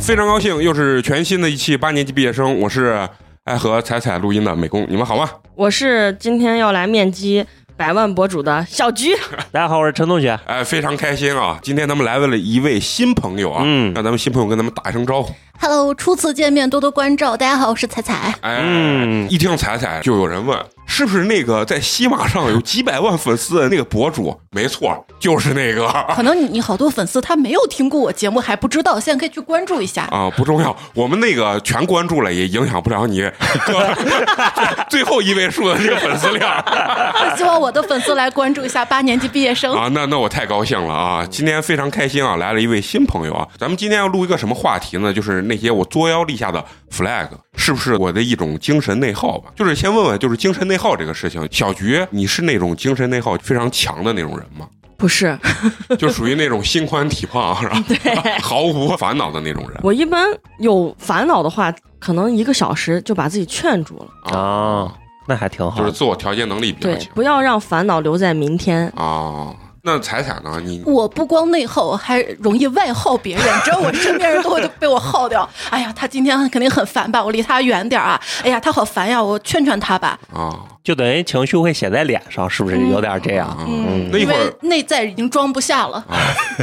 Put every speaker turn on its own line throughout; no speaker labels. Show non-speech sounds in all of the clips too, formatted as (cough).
非常高兴，又是全新的一期八年级毕业生，我是爱和彩彩录音的美工，你们好吗？
我是今天要来面基百万博主的小菊，
大家好，我是陈同学。
哎，非常开心啊！今天咱们来了一位新朋友啊，
嗯
让咱们新朋友跟咱们打一声招呼。
Hello，初次见面多多关照。大家好，我是彩彩。
哎，
嗯
一听彩彩就有人问，是不是那个在西马上有几百万粉丝的那个博主？没错，就是那个 (laughs)
可能你你好多粉丝他没有听过我节目，还不知道，现在可以去关注一 (laughs) 下。
啊，不重要，我们那个全关注了，也影响不了你 (laughs) 最后一位数的这个粉丝量。
啊希望我的粉丝来关注一下八年级毕业生。
啊，那那我太高兴了啊！今天非常开心啊，来了一位新朋友啊。咱们今天要录一个什么话题呢？就是那些我作妖立下的 flag，是不是我的一种精神内耗吧？就是先问问，就是精神内耗这个事情，小菊，你是那种精神内耗非常强的那种人吗？
不是
就属于那种心宽体胖，然后
对
毫无烦恼的那种
(laughs)
人
我一般有烦恼的话，可能一个小时就把自己劝住了。
啊，那还挺好
就是
的。
自我调节能力比较
对，
强
不要让烦恼留在明天。
啊。那彩彩呢？你
我不光内耗，还容易外耗别人，只要我身边人都会被我耗掉。哎呀，他今天肯定很烦吧？我离他远点儿啊！哎呀，他好烦呀，我劝劝他吧。
啊，
就等于情绪会写在脸上，是不是有点这样？
嗯，那一
因
会儿啊
为内在已经装不下了。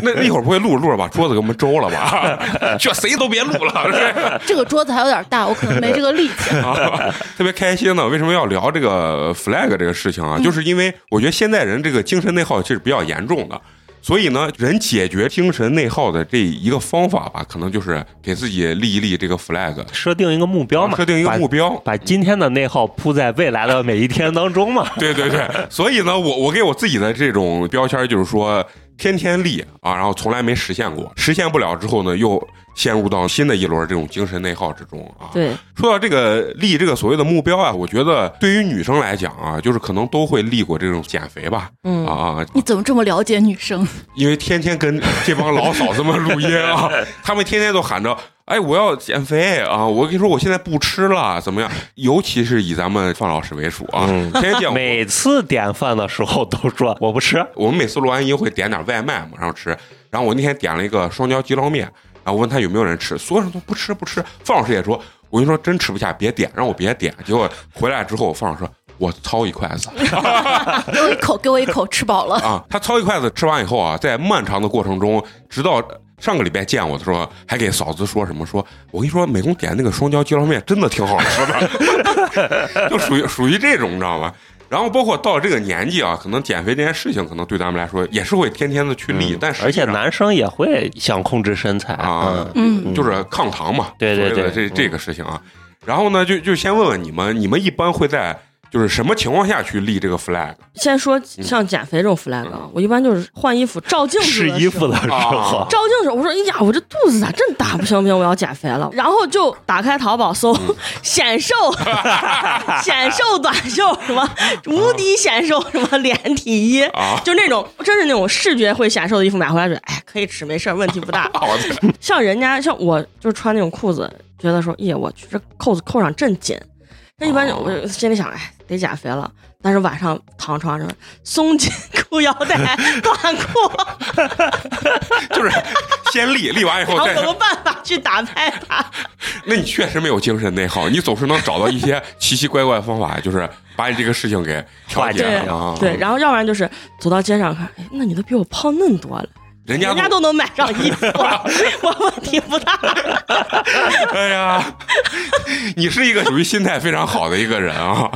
那那一会儿不会录着录着把桌子给我们周了吧？这谁都别录了，是
这个桌子还有点大，我可能没这个力 (laughs) 气。
啊， (laughs) 特别开心呢。为什么要聊这个 flag 这个事情啊？就是因为我觉得现代人这个精神内耗其实比较严重的。所以呢，人解决精神内耗的这一个方法吧，可能就是给自己立一立这个 flag，
设定一个目标嘛，
啊设定一个目标。
把，把今天的内耗铺在未来的每一天当
(laughs)
中嘛。
对对对，所以呢，我我给我自己的这种标签就是说，天天立啊，然后从来没实现过，实现不了之后呢，又陷入到新的一轮这种精神内耗之中啊。
对，
说到这个立这个所谓的目标啊，我觉得对于女生来讲啊，就是可能都会立过这种减肥吧，
嗯
啊啊，
你怎么这么了解女 (laughs) 生？
因为天天跟这帮老嫂子们录音啊，他们天天都喊着。哎，我要减肥啊！我跟你说，我现在不吃了，怎么样？尤其是以咱们范老师为主啊，
嗯
天天见我
(laughs) 每次点饭的时候都说我不吃，
我们每次录完音会点点外卖嘛，然后吃。然后我那天点了一个双椒鸡捞面，然后我问他有没有人吃，所有人都不吃不吃。范老师也说，我跟你说真吃不下，别点，让我别点。结果回来之后，范老师说我操一筷子
给我一口，给我一口，吃饱了。
(laughs)
啊，他操一筷子吃完以后啊，在漫长的过程中，直到。上个礼拜见我的时候，还给嫂子说什么说，我跟你说，美工点那个双椒鸡捞面真的挺好吃的， (laughs) 就属于属于这种，你知道吗？然后包括到这个年纪啊，可能减肥这件事情，可能对咱们来说也是会天天的去立，但是
嗯而且男生也会想控制身材
啊，
嗯，
嗯，
就是抗糖嘛，
对对
所谓的
对嗯
这这个事情啊。然后呢，就就先问问你们，你们一般会在就是什么情况下去立这个 flag
先说像减肥这种 flag，、啊，我一般就是换衣服照镜子
试
的时候，
衣服的时
嗯
候
啊，
照镜子，我说：“哎呀，我这肚子咋这么大？不行不行，我要减肥了。” (laughs) 嗯然后就打开淘宝搜“显瘦”、 (laughs) “显瘦短袖”什么“无敌显瘦”什么连体衣，
啊？ (laughs)
就那种真是那种视觉会显瘦的衣服，买回来就哎可以吃，没事儿问题
(laughs)
不大。
好的，
像人家像我就是穿那种裤子，觉得说：“哎呀，我去这扣子扣上真紧。”那一般
哦
我就心里想：“哎，得减肥了。”但是晚上躺床上松紧裤腰
(laughs)
带、短裤，
就是先立，立完以后
然后
再
有个办法去打败它。
(laughs) 那你确实没有精神内耗，你总是能找到一些奇奇怪怪的方法，就是把你这个事情给调节
化解
了啊。
对，，然后要不然就是走到街上看，哎，那你都比我胖嫩多了，
人家
人家
都
都能买上衣
(laughs)
服，我问题不大。
(laughs) 哎呀，你是一个属于心态非常好的一个人啊。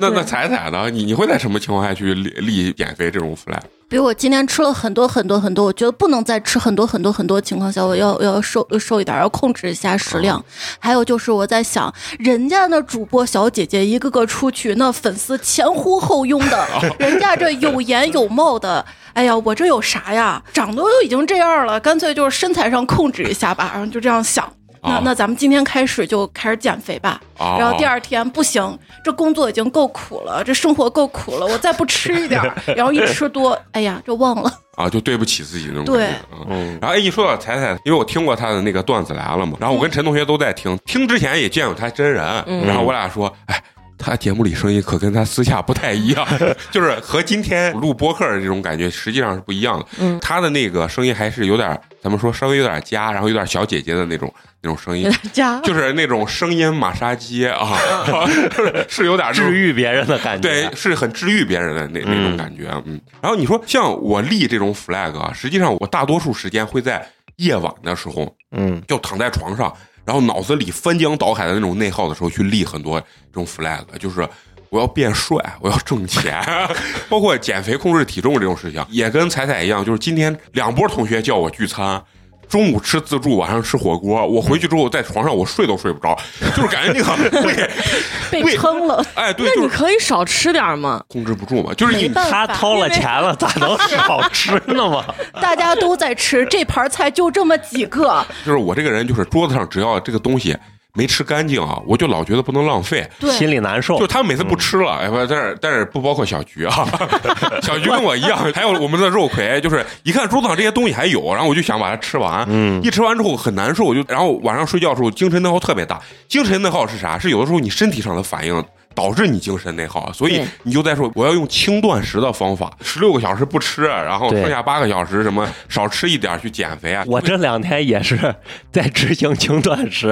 那那彩彩呢？你你会在什么情况下去立立减肥这种 flag？
比如我今天吃了很多很多很多，我觉得不能再吃很多很多很多情况下，我要要瘦瘦一点，要控制一下食量。还有就是我在想，人家那主播小姐姐一个个出去，那粉丝前呼后拥的，人家这有颜有貌的，哎呀，我这有啥呀？长得都已经这样了，干脆就是身材上控制一下吧。然后就这样想。那
啊
那咱们今天开始就开始减肥吧，
哦
然后第二天不行，这工作已经够苦了，这生活够苦了，我再不吃一点儿，然后一吃多，哎呀，这忘了，
啊，就对不起自己那种感觉。嗯，然后哎，一说到彩彩，因为我听过她的那个段子来了嘛，然后我跟陈同学都在听，听之前也见过她真人，然后我俩说，哎。他节目里声音可跟他私下不太一样，就是和今天录播客的这种感觉实际上是不一样的。
嗯
他的那个声音还是有点，咱们说稍微有点夹，然后有点小姐姐的那种那种声音
有， (laughs) 点夹，
就是那种声音马杀鸡啊， (laughs) 是是有点那种
(laughs) 治愈别人的感觉。
对，是很治愈别人的那那种
嗯
感觉，嗯。然后你说像我立这种 flag 啊，实际上我大多数时间会在夜晚的时候，
嗯
就躺在床上，然后脑子里翻江倒海的那种内耗的时候，去立很多这种 flag，就是。我要变帅，我要挣钱，包括减肥、控制体重这种事情，也跟彩彩一样，就是今天两波同学叫我聚餐，中午吃自助，晚上吃火锅。我回去之后在床上我睡都睡不着，就是感觉那个胃，
被
喂
撑了，
哎，对，
那
就
你
是
可以少吃点嘛。
控制不住嘛，就是你
没办
他
法，
掏了钱了，咋能少吃呢嘛？
大家都在吃，这盘菜就这么几个，
就是我这个人，就是桌子上只要这个东西没吃干净啊，我就老觉得不能浪费。
心
对，
里难受
就。他每次不吃了，哎，不，但是但是不包括小菊啊， (laughs) 小菊跟我一样，还有我们的肉葵，就是一看桌子上这些东西还有，然后我就想把它吃完，
嗯
一吃完之后很难受，我就然后晚上睡觉的时候精神内耗特别大。精神内耗是啥？是有的时候你身体上的反应导致你精神内耗，所以
对
你就在说我要用轻断食的方法，十六个小时不吃，然后
对
剩下八个小时什么少吃一点去减肥啊。
(laughs) 我这两天也是在执行轻断食，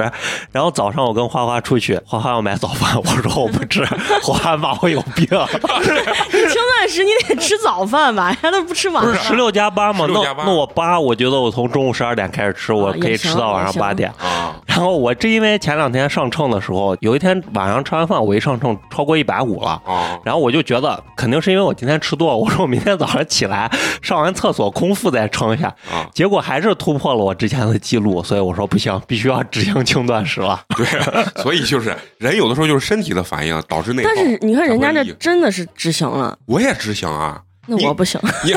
然后早上我跟花花出去，花花要买早饭，我说我不吃， (laughs) 花花骂我有 (laughs) 病。
你 (laughs) 轻断食，你得吃早饭吧？人家都不吃晚
不是十
饭。
六加八嘛？那
16+8
那我八，我觉得我从中午十二点开始吃，我
啊
可以
也行
吃到晚上
也行
八点。
啊，
然后我这因为前两天上秤的时候，有一天晚上吃完饭，我一上秤超过一百五了。
哦，
然后我就觉得肯定是因为我今天吃多了，我说我明天早上起来上完厕所空腹再称一下，
啊
结果还是突破了我之前的记录，所以我说不行，必须要执行轻断食了。
对，啊所以就是人有的时候就是身体的反应导致内耗。
但是你看人家
才
这
会抑郁
真的是执行了，
我也执行啊，
那
你
我不行。
你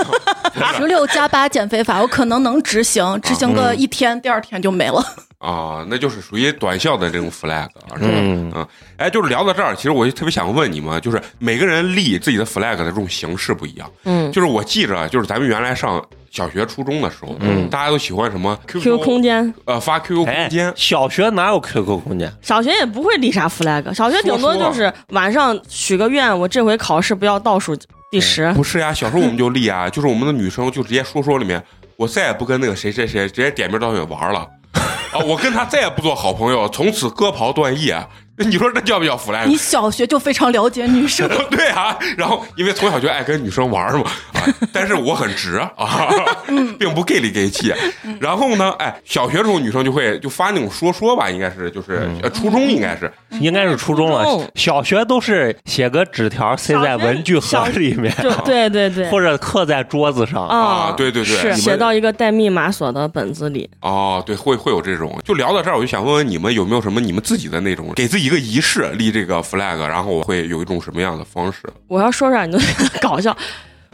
十六加八减肥法，我可能能执行，执行个一天，第二天就没了。
啊，那就是属于短效的这种 flag，啊是吧？
嗯
嗯，哎，就是聊到这儿，其实我就特别想问你们，就是每个人立自己的 flag 的这种形式不一样。
嗯
就是我记着，啊就是咱们原来上小学、初中的时候，
嗯
大家都喜欢什么
，Q 空间，
呃，发 QQ
哎
空间，，
小学哪有 QQ 空间？
小学也不会立啥 flag，小学顶
说
多
说
就是晚上许个愿，我这回考试不要倒数第十。
(laughs) 不是呀，小时候我们就立啊， (laughs) 就是我们的女生就直接说说里面，我再也不跟那个谁谁谁直接点名道姓玩了， (laughs) 啊，我跟他再也不做好朋友，从此割袍断义。啊你说这叫不叫腐烂
你？小学就非常了解女生，
(laughs) 对啊，然后因为从小就爱跟女生玩嘛，啊，但是我很直啊， (laughs) 并不 gay 里 gay 气。然后呢，哎，小学时候女生就会就发那种说说吧，应该是就是呃初中应该是，
应该是初中
嗯初
了
中，
小学都是写个纸条塞在文具盒里面，
就对对对，
或者刻在桌子上。
啊对对对
是
你们
写到一个带密码锁的本子里。
哦，对，会会有这种。就聊到这儿，我就想问问你们有没有什么你们自己的那种给自己一个仪式立这个 flag，然后我会有一种什么样的方式？
我要说啥你都 (laughs) 觉得搞笑。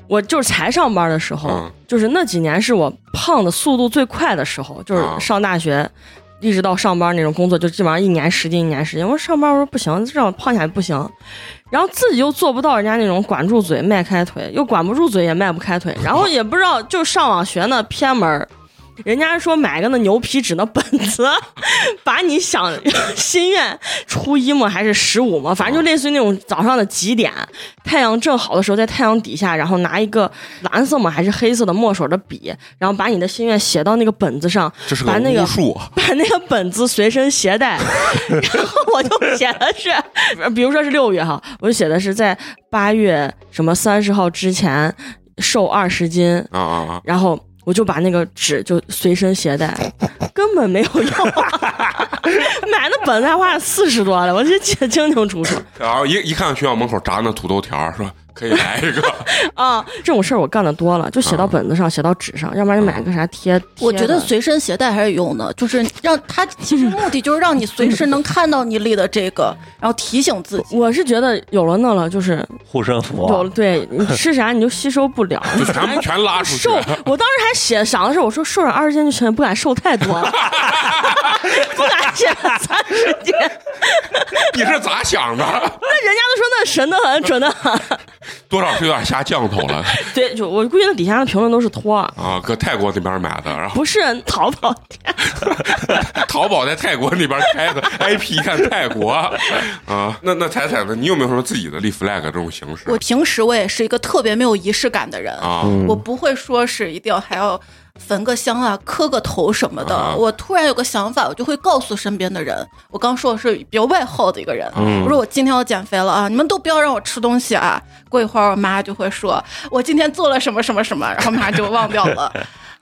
我就是才上班的时候，
嗯
就是那几年是我胖的速度最快的时候，就是
啊
上大学。一直到上班那种工作，就基本上一年十斤，一年十斤。我说上班，我说不行，这样胖下来不行。然后自己又做不到人家那种管住嘴迈开腿，又管不住嘴也迈不开腿，然后也不知道就上网学那偏门儿。人家说买个那牛皮纸那本子， (laughs) 把你想心愿初一嘛还是十五嘛，反正就类似于那种早上的几点，太阳正好的时候，在太阳底下，然后拿一个蓝色嘛还是黑色的墨水的笔，然后把你的心愿写到那个本子上，
这是
把那个
巫术，啊
把那个本子随身携带，然后我就写的是，呃比如说是六月哈，我就写的是在八月什么三十号之前瘦二十斤，
啊啊啊！
然后我就把那个纸就随身携带，根本没有用、 (laughs) 买那本子还花了四十多了，我就记得清清楚楚
然后一一看学校门口炸那土豆条儿，说可以来一个。
啊。这种事儿我干的多了，就写到本子上，写到纸上，要不然就买个啥贴。贴
我觉
的
得随身携带还是有用的，就是让他其实目的就是让你随时能看到你立的这个，然后提醒自己。
我是觉得有了那了，就是
护身符
有了，对你吃啥你就吸收不了，
就全部全拉出去
(laughs) 瘦，，我当时还写想的是，我说瘦点二十斤就行，也不敢瘦太多了， (laughs) 不敢写三十斤。 (laughs)
你是咋想的？
那人家都说那神的很，准的很，
多少是有点下降头了
对，就我估计那底下的评论都是托儿，
啊，搁泰国那边买的，然后
不是淘宝店，
淘宝在泰国那边开的 IP，看泰国啊，那那彩彩呢？你有没有什么自己的立 flag 这种形式
我平时我也是一个特别没有仪式感的人，
啊？
我不会说是一定要还要焚个香啊、磕个头什么的。
啊
我突然有个想法，我就会告诉身边的人。我刚说我是比较外耗的一个人，我说我今天要减肥了啊，你们都不要让我吃东西啊。过一会儿我妈就会说我今天做了什么什么什么，然后马上就忘掉了。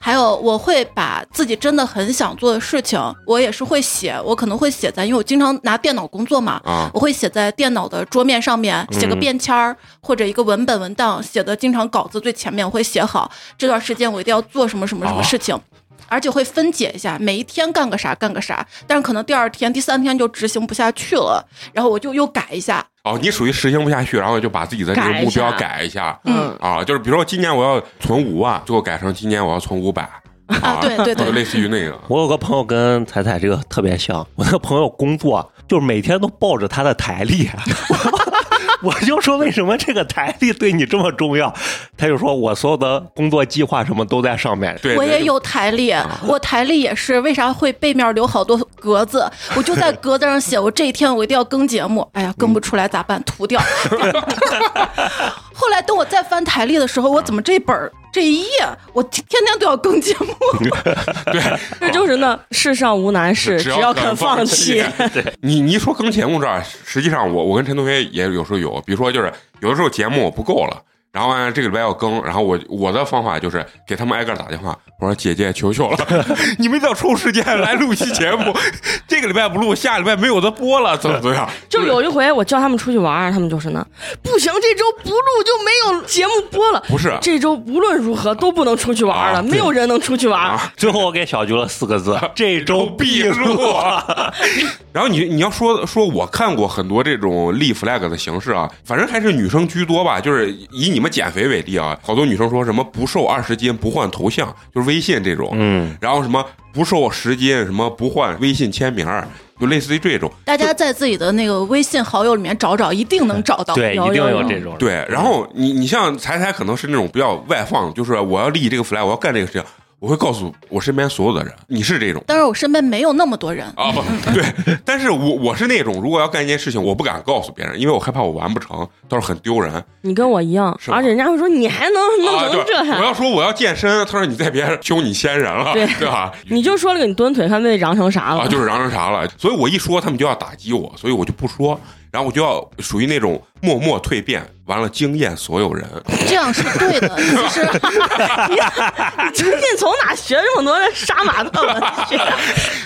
还有，我会把自己真的很想做的事情，我也是会写，我可能会写在，因为我经常拿电脑工作嘛，
啊
我会写在电脑的桌面上面，写个便签儿、或者一个文本文档，写的经常稿子最前面，我会写好这段时间我一定要做什么什么什么事情。而且会分解一下，每一天干个啥干个啥，但是可能第二天、第三天就执行不下去了，然后我就又改一下，
哦，你属于实行不下去，然后就把自己的这个目标
改
改一下
嗯，
啊，就是比如说今年我要存五万，最后改成今年我要存五百啊
啊对对对
就类似于那个
我有个朋友跟彩彩这个特别像， (laughs) 我那个朋友工作就是每天都抱着他的台历。啊 (laughs) 我就说为什么这个台历对你这么重要？他就说我所有的工作计划什么都在上面。
对，
我
对
也有台历，我台历也是，为啥会背面留好多格子？我就在格子上写，我这一天我一定要更节目。哎呀，更不出来咋办？涂掉。后来等我再翻台历的时候，我怎么这本儿这一页我天天都要更节目？ (laughs)
这就是那世上无难事，只要肯放
(laughs)
弃。 (laughs)
你你一说更节目这儿，啊实际上我我跟陈同学也有时候有，比如说就是有的时候节目我不够了。然后呢，这个礼拜要更，然后我我的方法就是给他们挨个打电话，我说姐姐求求了， (laughs) 你们一定要抽时间来录一期节目， (laughs) 这个礼拜不录，下礼拜没有的播了，怎么怎么样？
就有一回我叫他们出去玩儿，他们就是呢，不行，这周不录就没有节目播了。
不是
这周无论如何都不能出去玩儿了，
啊对啊
没有人能出去玩儿。
最后我给小菊了四
(laughs)
个字：这周必录。
啊然后你你要说说，我看过很多这种立 flag 的形式啊，反正还是女生居多吧。就是以你们减肥为例啊，好多女生说什么不瘦二十斤不换头像，就是微信这种，嗯，然后什么不瘦十斤，什么不换微信签名儿，就类似于这种。
大家在自己的那个微信好友里面找找，一定能找到。
对，一
有
定
有
有
有
这种。
对，然后你你像彩彩可能是那种比较外放，就是我要立这个 flag，我要干这个事情，我会告诉我身边所有的人，你是这种。
但是我身边没有那么多人，
啊，不对，但是我我是那种，如果要干一件事情，我不敢告诉别人，因为我害怕我完不成，到时候很丢人。
你跟我一样，
是吧
而且人家会说你还能弄
啊，对，
成这
我
样。
要说我要健身，他说你在别人胸你仙人了，
对
对吧？
你就说了个你蹲腿，看被嚷成啥了。
啊，就是嚷嚷啥了，所以我一说他们就要打击我，所以我就不说，然后我就要属于那种默默蜕变，完了惊艳所有人。
这样是对的。其实
啊
你 (laughs) 最近从哪学这么多杀马特啊
(laughs)
文学？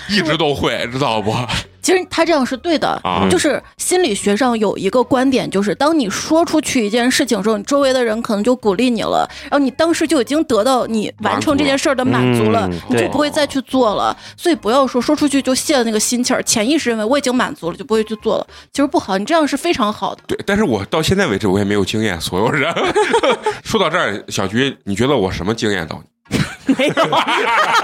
一直都会，知道不？ (laughs)
其实他这样是对的，
啊
就是心理学上有一个观点，就是当你说出去一件事情的时候，你周围的人可能就鼓励你了，然后你当时就已经得到你完成这件事儿的满足了
满足了嗯，
你就
对
不会再去做了。所以不要说说出去就泄了那个心气儿，潜意识认为我已经满足了，就不会去做了。其实不好，你这样是非常好的。
对，但是我到现在为止我也没有惊艳所有人。 (laughs) 说到这儿，小菊，你觉得我什么惊艳到你？
(laughs) 没有，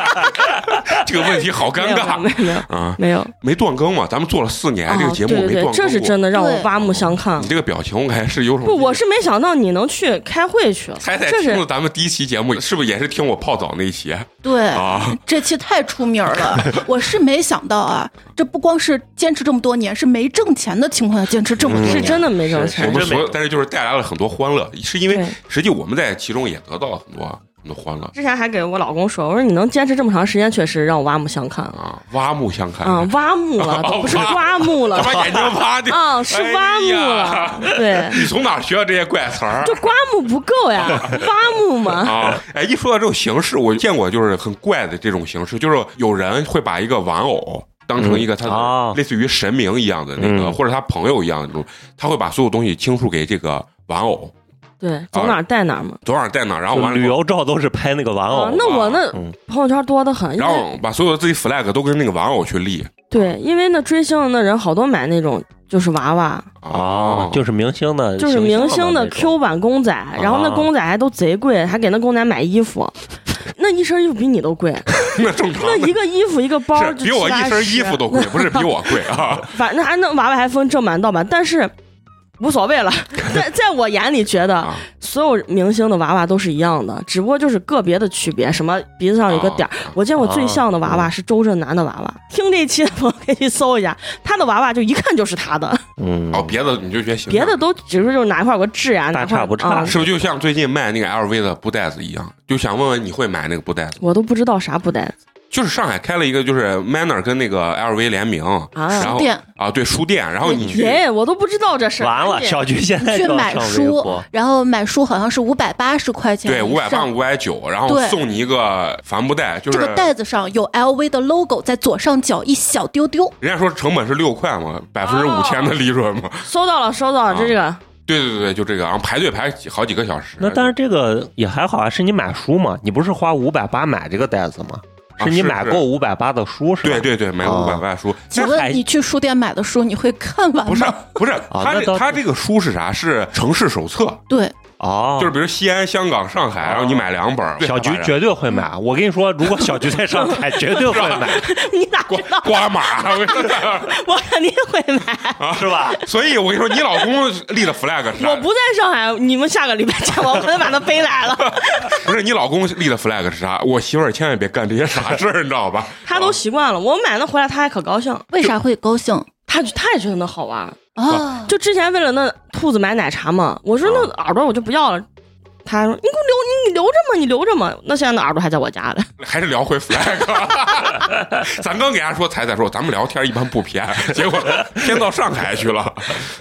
(laughs) 这个问题好
没
尴
有，
尬
没有没有，
啊！
没有。啊
没断更嘛，咱们做了四年、这个节目
对
没
对
断
对，
更
这是
过
真的让我
对
刮目相看
你。这个表情，我感觉是有种
不，我是没想到你能去开会去，
彩彩
这
听了
是
咱们第一期节目，是不是也是听我泡澡那一期
对，
啊？
这期太出名儿了， (laughs) 我是没想到啊，这不光是坚持这么多年，是没挣钱的情况下坚持这么多
嗯
年，
是真的没挣钱
我
是。
们
真没
所有
有
但是就是带来了很多欢乐，是因为
对
实际我们在其中也得到了很多很多欢乐
之前还给我老公说，我说你能坚持这么长时间，确实让我刮目相看了。
啊，挖目相看。
啊，挖
(laughs)
目了，
哦
都不是刮目了
咱，把眼睛挖
(laughs)
掉
啊，是挖目了。。对
哎哎呀，你从哪儿学的这些怪词儿
就刮目不够
(laughs)
呀，挖目嘛。
啊？哎，一说到这种形式，我见过就是很怪的这种形式，就是有人会把一个玩偶。当成一个他
嗯
的
啊
类似于神明一样的那个，
嗯
或者他朋友一样的那种，他会把所有东西倾注给这个玩偶，
对，走哪儿带哪儿嘛。
多少在哪儿，然后啊完了
旅
之后
游照都是拍那个玩
啊
偶，，
那我那
嗯
朋友圈多得很，因
哦然
为
后把所有的自己 flag 都跟那个玩偶去立
对，因为那追星的那人好多买那种就是娃娃，
啊，就是明星的，
就是明星的
那种啊
Q 版公仔，然后那公仔还都贼贵，还给那公仔买衣服， (laughs) 那一身衣服比你都
(laughs)
贵，
那正常
那
的
一个衣服一个包
是
就
比我一
7-8 (laughs)
身衣服都贵，不是比我贵啊！
反正还那娃娃还分正版盗版，但是无所
(laughs)
谓了。在在我眼里，觉得
啊
所有明星的娃娃都是一样的，只不过就是个别的区别，什么鼻子上有个点儿。
啊
我见过最像的娃
嗯
娃是周震南的娃娃，听这期的朋友可以去搜一下，他的娃娃就一看就是他的，
嗯，
哦，别的你就觉得行，
别的都只是就是哪一块有个痣呀，
大
哪块
差不差
啊
是
是不是就像最近卖那个 LV 的布袋子一样？就想问问你会买那个布袋子吗？
我都不知道啥布袋子
就是上海开了一个，就是 Manner 跟那个 LV 联名，然
啊。
后
书店
啊，对书店，然后你去
爷爷，我都不知道这事儿。哎
完了，
赶紧
小菊现在
去
就要
买
上微
书
博，
然后买书好像是五百八十块钱以
对
上，
五百八五百九，然后
对
送你一个帆布袋，就
这
是
个袋子上有 LV 的 logo，在左上角一小丢丢。
人家说成本是六块嘛，百分之五千的利润嘛，
收到了，收到了，这是这个
对对对对，就这个，然后排队排好几个小时。
那但是这个也还好啊，是你买书嘛？你不是花五百八买这个袋子吗？
啊
你
是
买
是
够五百八的书是吧？
对
哦
对对，买五百万书，
请
那还
问你去书店买的书，你会看完吗？
不是啊不是，他
那倒
这
是
他这个书是啥？是城市手册，
对，
哦，
就是比如西安、香港、上海，然后你买两本儿。
小菊
对
绝对会买，我跟你说，如果小菊在上
(laughs)
海，绝对会买，
你咋知道？
瓜马，我跟你
(laughs)
说
我肯定会买。
是吧？
(laughs) 所以我跟你说，你老公立的 flag 是啥？
我不在上海，你们下个礼拜见我，我得把它背来了。
不是你老公立的 flag 是啥？我媳妇儿千万别干这些傻事儿，你知道吧？
他都习惯了，我买那回来他还可高兴，
为啥会高兴
他他也觉得那好玩。
啊？
就之前为了那兔子买奶茶嘛，我说那耳朵我就不要了，他还说你给我留你留着嘛，你留着嘛。那现在那耳朵还在我家嘞，
还是聊回 flag。咱刚给大家说，彩彩说咱们聊天一般不偏，结果偏到上海去了。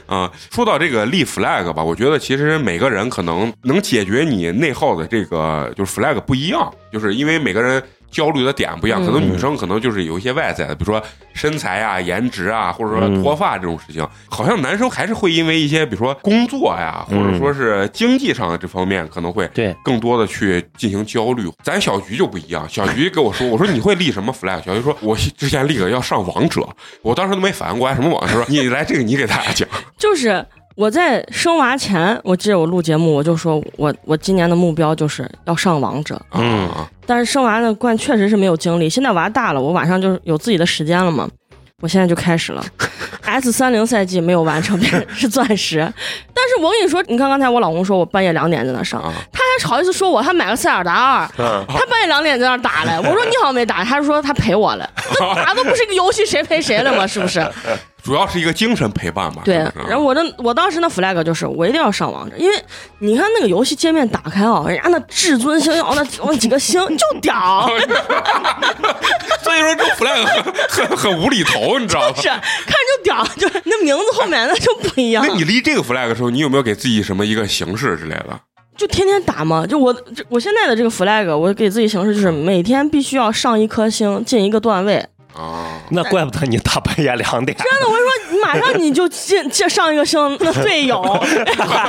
啊、说到这个立 flag 吧，我觉得其实每个人可能能解决你内耗的这个就是 flag 不一样，就是因为每个人。焦虑的点不一样，可能女生可能就是有一些外在的，比如说身材啊、颜值啊，或者说脱发这种事情，好像男生还是会因为一些，比如说工作呀，或者说是经济上的这方面，可能会
对
更多的去进行焦虑。咱小菊就不一样，小菊跟我说，我说你会立什么 flag？小菊说，我之前立个要上王者，我当时都没反应过来什么王者，说 (laughs) 你来这个你给大家讲，
就是。我在生娃前，我记得我录节目，我就说我我今年的目标就是要上王者，
嗯，
但是生娃那关确实是没有精力。现在娃大了，我晚上就是有自己的时间了嘛，我现在就开始了。S 三零赛季没有完成， (laughs) 是钻石。但是我跟你说，你看刚才我老公说我半夜两点在那上，
啊
他还好意思说我，他买个塞尔达二，
嗯，
他半夜两点在那打嘞。我说你好像没打，他说他陪我嘞。 (laughs) 这打都不是一个游戏，谁陪谁了嘛？是不是？
主要是一个精神陪伴嗯吧。
对
是不，是
然后我的我当时那 flag 就是我一定要上王者，因为你看那个游戏界面打开啊，人家那至尊星耀那那几个星就屌，
(laughs) 所以说这 flag 很很很无厘头，你知
(laughs)
道吗
是？看着就屌，就是那名字后面那就不一样
那，你立这个 flag 的时候，你有没有给自己什么一个形式之类的？
就天天打嘛。就我这我现在的这个 flag，我给自己形式就是每天必须要上一颗星，进一个段位。
啊，
那怪不得你大半夜两点，
真的，我跟你说，马上你就进进上一个星，那队 (laughs) 友不打，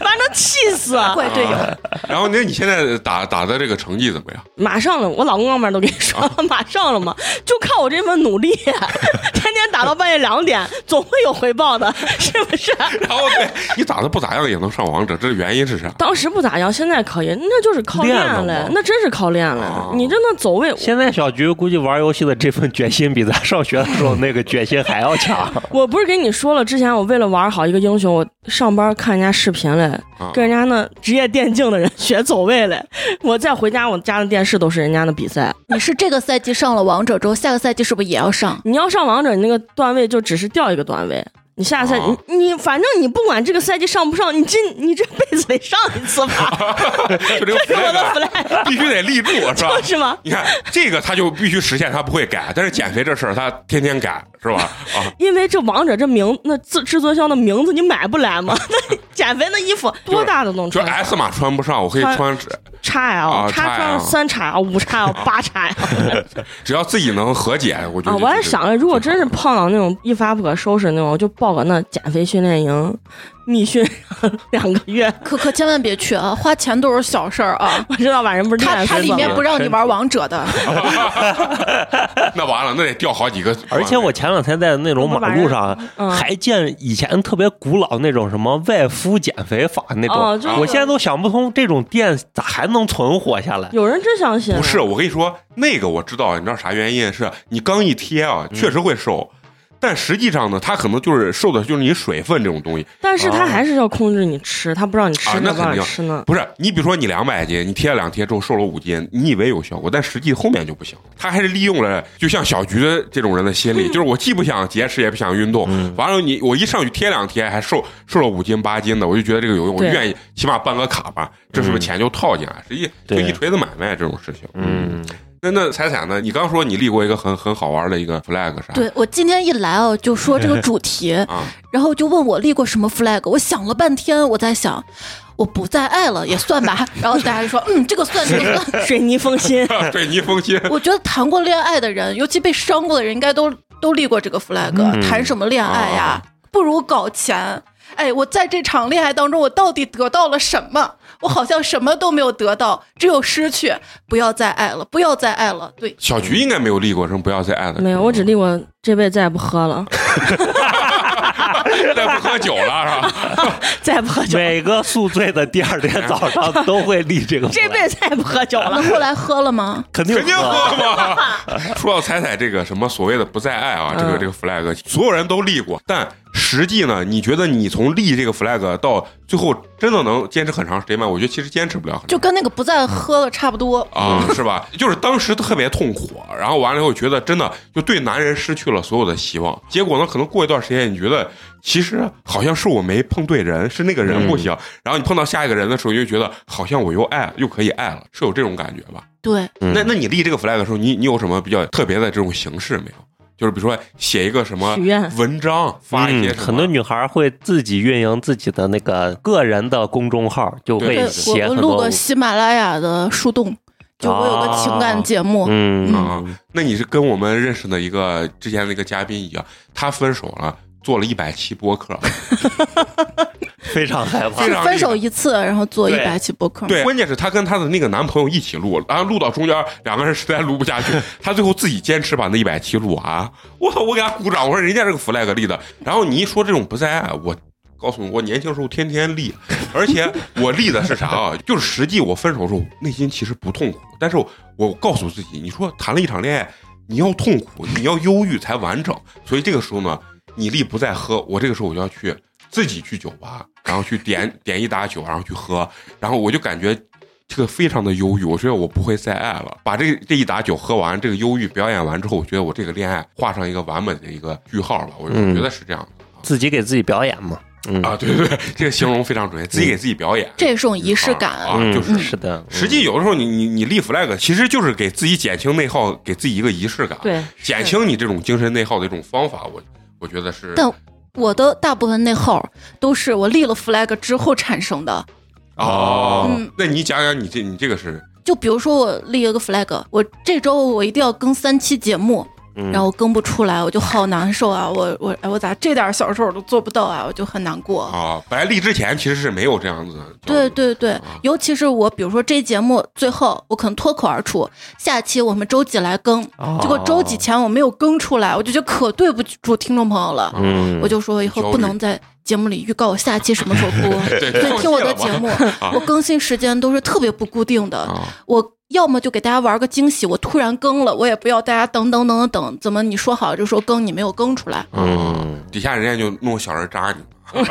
把人都气死。
怪队
啊
友，
(laughs) 然后那你现在打打的这个成绩怎么样？
马上了，我老公刚面都跟你说
啊
了， (laughs) 马上了嘛，就靠我这份努力， (laughs) 天天打到半夜两点，总会有回报的， (laughs) 是不是？
然后对你打的不咋样也能上王者，这原因是啥？
当时不咋样，现在可以，那就是靠
练
练
了
嘞
吗，啊
那真是靠练嘞。
哦
你真的走位，
现在小菊估计玩游戏的这份决心比咱上学的时候那个决心还要
(laughs)
强。
我不是跟你说了，之前我为了玩好一个英雄，我上班看人家视频嘞，
啊
跟人家那职业电竞的人学走位嘞，我再回家，我家的电视都是人家的比赛。
你是这个赛季上了王者之后，下个赛季是不是也要上？
你要上王者，你那个段位就只是掉一个段位。你下个赛
哦
你你反正你不管这个赛季上不上，你今你这辈子得上一次吧，
(laughs) 就这个
(laughs) 这是我的
flag
flag，
(laughs) 必须得立住，是吧？
是吗？
你看这个，他就必须实现，他不会改。但是减肥这事儿，他天天改，是
(laughs)
吧？啊，
因为这王者这名那自至尊香的名字你买不来吗？ (laughs) 那你减肥那衣服多大都能
就
穿
是 S 码穿不上，我可以
穿
穿，
，XL
啊
他穿
XL
三 XL 五 XL
(laughs)
八 XL
只要自己能和解，我觉
啊！
得。
我还想着，如果真是胖到那种一发不可收拾那种，我就报个那减肥训练营，密训 (laughs) 两个月，
可可千万别去啊！花钱都是小事儿啊。
我知道把人不是
(laughs) 它
练
它
死
里
了
面
吗
不让你玩王者的，
(laughs) 那完了，那得掉好几个。
而且我前两天在那种马路上
嗯
还见以前特别古老那种什么外敷减肥法那
哦就是
种，我现在都想不通这种店咋还能存活下来。
有人真相信啊
不是，我跟你说，那个我知道，你知道啥原因？是你刚一贴啊，确实会瘦。但实际上呢，他可能就是受的就是你水分这种东西，
但是他还是要控制你吃，他不让你吃
啊
呢，
那
不让
肯
你
定
吃呢。
不是你比如说你两百斤，你贴了两贴之后瘦了五斤，你以为有效果，但实际后面就不行。他还是利用了就像小菊的这种人的心理，就是我既不想节食也不想运动，完了你我一上去贴两贴还瘦瘦了五斤八斤的，我就觉得这个有用，我
对
愿意起码办个卡吧，这是不是钱就套进来？实际就
对
一锤子买卖这种事情。
嗯，
那那彩彩呢？你刚说你立过一个很很好玩的一个 flag 啥？
对我今天一来哦，就说这个主题，
啊，
然后就问我立过什么 flag，我想了半天，我在想。我不再爱了也算吧，然后大家就说，嗯，这个算，这
(laughs)
个算。
水泥封心，
啊 (laughs) 对你放心。
我觉得谈过恋爱的人，尤其被伤过的人，应该都都立过这个 flag、谈什么恋爱呀？不如搞钱。哎，我在这场恋爱当中，我到底得到了什么？我好像什么都没有得到，只有失去。不要再爱了，不要再爱了。对，
小菊应该没有立过什么不要再爱的， (laughs)
没有，我只立过这辈子再也不喝了，
再不喝酒了是吧？
再也不喝酒，
每个宿醉的第二天早上都会立这个 flag，
这辈子再也不喝酒
我
了
们。后来喝了吗？
肯定啊
肯定
喝
喝嘛。 (laughs) 说到彩彩这个什么所谓的不再爱啊，这个
嗯
这个 flag，所有人都立过，但实际呢，你觉得你从立这个 flag 到最后真的能坚持很长时间吗？我觉得其实坚持不了很
就
长。
跟那个不再喝了差不多。
啊、是吧？就是当时特别痛苦，然后完了以后觉得真的就对男人失去了所有的希望。结果呢，可能过一段时间，你觉得其实好像是我没碰对人，是那个人不行。然后你碰到下一个人的时候，你就觉得好像我又爱了，又可以爱了，是有这种感觉吧？
对，
嗯
那那你立这个 flag 的时候，你你有什么比较特别的这种形式没有？就是比如说写一个什么
许愿
文章，发一些什
嗯，
么
很多女孩会自己运营自己的那个个人的公众号，就
对
会
对
写
我我
很
录
多
过。喜马拉雅的树洞，就我有个情感节目，
哦嗯，
啊、那你是跟我们认识的一个之前的一个嘉宾一样，他分手了，做了一百期播客。
非常害怕
非。常
分手一次，然后做一
对
百期播客。
对，关键是她跟她的那个男朋友一起录，然后录到中间两个人实在录不下去，她最后自己坚持把那一百期录完、我我给她鼓掌，我说人家这个 flag 立的。然后你一说这种不在爱，我。告诉你，我年轻时候天天立，而且我立的是啥啊？就是实际我分手的时候，内心其实不痛苦，但是我我告诉自己，你说谈了一场恋爱，你要痛苦，你要忧郁才完整。所以这个时候呢，你力不在喝，我这个时候我就要去自己去酒吧，然后去点点一打酒，然后去喝，然后我就感觉这个非常的忧郁，我觉得我不会再爱了。把这这一打酒喝完，这个忧郁表演完之后，我觉得我这个恋爱画上一个完美的一个句号了。我我
嗯
觉得是这样的、
自己给自己表演嘛。嗯
啊，对对对，这个形容非常准确，自己给自己表演。
这种仪式感，
啊
嗯，
就是
是的，嗯
实际有的时候你，你你立 flag，其实就是给自己减轻内耗，给自己一个仪式感，
对，
减轻你这种精神内耗的一种方法。我我觉得是，
但我的大部分内耗都是我立了 flag 之后产生的。
哦，
嗯
那你讲讲你这你这个是
就比如说我立了个 flag，我这周我一定要更三期节目，
嗯
然后更不出来，我就好难受啊！我我哎，我咋这点小事我都做不到啊？我就很难过。
啊，本来立之前其实是没有这样子的。
对对
啊
对，尤其是我，比如说这节目最后我可能脱口而出，下期我们周几来更，
哦
结果周几前我没有更出来，我就觉得可对不住听众朋友了，
嗯嗯
我就说以
焦
后
虑
不能在节目里预告我下期什么时候播，
对
(laughs) 所以听我的
放弃
节
了
(laughs)
目
啊，
我更新时间都是特别不固定的，
啊，
我要么就给大家玩个惊喜，我突然更了，我也不要大家等等等等，怎么你说好就说更，你没有更出来。
嗯，底下人家就弄小人扎
(laughs)
你，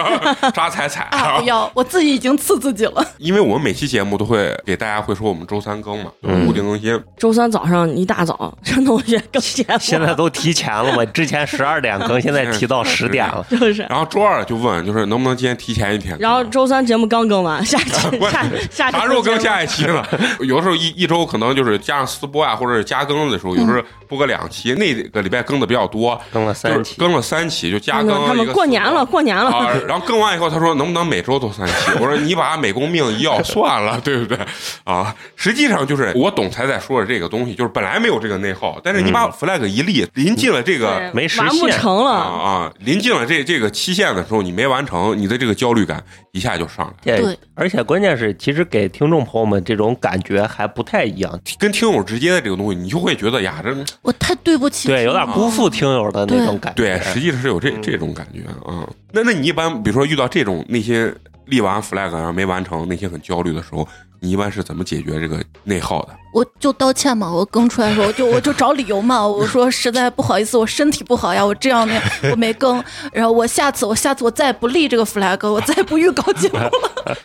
扎彩彩
(laughs)
啊！不要，我自己已经刺自己了。
因为我们每期节目都会给大家会说我们周三更嘛，就是固定更新。
周三早上一大早，陈同学
(laughs)
更节目，
现在都提前了嘛，之前十二点更，现在提到十点了。
就是，
然后周二就问，就是能不能今天提前一天？
然后周三节目刚更完，
啊
下一期
关
下 (laughs) 下
啥时
周
候更下一期了？有的时候一一周可能就是加上私播啊，或者是加更的时候，有时
嗯
候播个两期，那个礼拜更的比较多，
更了三
就是
期
更了三期就加更
他
一
们
个
过年
私播
了，过年了，
(laughs) 啊，然后更完以后，他说能不能每周都三期？我 (laughs) 说你把美工命一 (laughs) 要算了，对不对？啊，实际上就是我懂彩彩说的这个东西，就是本来没有这个内耗，但是你把 flag 一立，临近了这个
对
没实
完不
现
成
啊
了。
啊，临近了这这个期限的时候，你没完成，你的这个焦虑感一下就上来了。
对，
而且关键是，其实给听众朋友们这种感觉还不太一样，
跟听啊友之间的这个东西，你就会觉得呀，这
我太对不起。
对，有点辜负听友的那种感觉。
对，嗯实际上是有这这种感觉啊。那那你一般比如说遇到这种那些立完 flag 然后没完成，内心很焦虑的时候，你一般是怎么解决这个内耗的？
我就道歉嘛，我更出来说，我就我就找理
(laughs)
由嘛，我说实在不好意思，我身体不好呀，我这样的 (laughs) 我没更，然后我下次我下次我再也不立这个 flag，我再也不预告
(laughs)
节目了，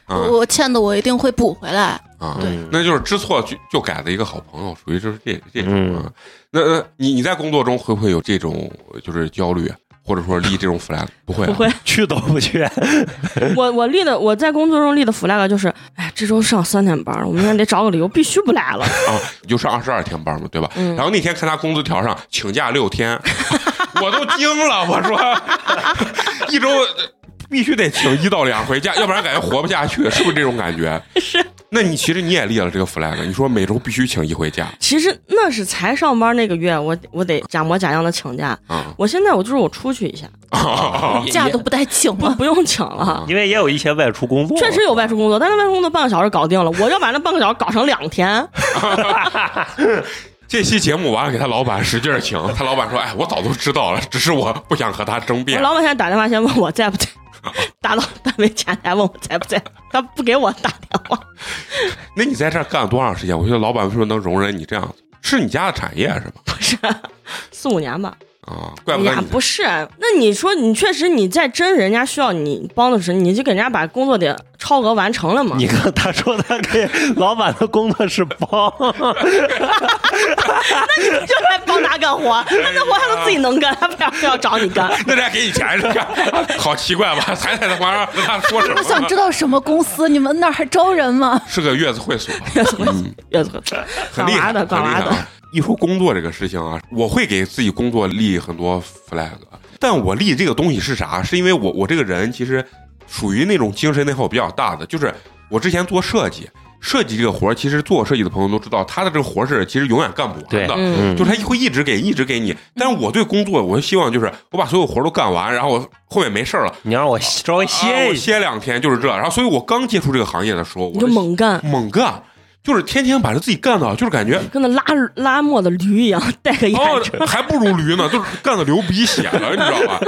我我欠的我一定会补回来。
啊
对，
嗯
那就是知错就就改的一个好朋友，属于就是这这种
嗯
啊。那那你你在工作中会不会有这种就是焦虑，啊或者说立这种 flag？不会、啊，
不
(laughs)
会，
去都不去，
我我立的我在工作中立的 flag 就是，哎，这周上三天班，我明天得找个理由，必须不来了。
啊，你就上二十二天班嘛，对吧？
嗯
然后那天看他工资条上请假六天， (laughs) 我都惊了，我说一周必须得请一到两回假，要不然感觉活不下去，是不是这种感觉？
(laughs) 是。
那你其实你也立了这个 flag，你说每周必须请一回假
其实那是才上班那个月，我我得假模假样的请假。 (laughs)
啊
我现在我就是我出去一下， (laughs)
啊
也
假都不带请啊
不
(laughs)
了，
不用请了。
因为也有一些外出工作，
确实有外出工作，但是外出工作半个小时搞定了，我要把那半个小时搞成两天。
这期节目完了，给他老板使劲儿请，他老板说：“哎，我早都知道了，只是我不想和他争
我
辩。
老板现在打电话先问我在不在， (laughs) 打到单位前台问我在不在，他不给我打电话。” (laughs)
那你在这儿干了多长时间？我觉得老板为什么能容忍你这样子？是你家的产业是吧？
四五年吧，
啊，
哎
怪不得
呀
你，
不是，那你说你确实你在真人家需要你帮的时候，你就给人家把工作得超额完成了嘛。
你看他说他给老板的工作室帮，
(laughs) 就来帮他干活，那这活他都自己能干，他为啥非要找你干？
(laughs) 那人家给你钱是吧？ (laughs) 好奇怪吧？还在那玩意儿跟他说什么？
我想知道什么公司，你们那儿还招人吗？
是个月子会所，
(laughs) 月子
哎很
干
厉
嘛
害，
的？
很
干
厉害
嘛的？
啊。一说工作这个事情啊，我会给自己工作立很多 flag，但我立这个东西是啥？是因为我我这个人其实属于那种精神内耗比较大的，就是我之前做设计，设计这个活儿，其实做设计的朋友都知道，他的这个活儿是其实永远干不完
对
的，
嗯
就是他会一直给，一直给你。但是我对工作，我希望就是我把所有活儿都干完，然后我后面没事儿了，
(laughs) 你让我稍微
啊
歇
我
一歇，
歇两天，就是这。然后，所以我刚接触这个行业的时候，我
你就猛干，
猛干，就是天天把这自己干到，就是感觉
跟那拉拉磨的驴一样，戴个眼
哦
罩。，
还不如驴呢，就是干的流鼻血了，你知道吧？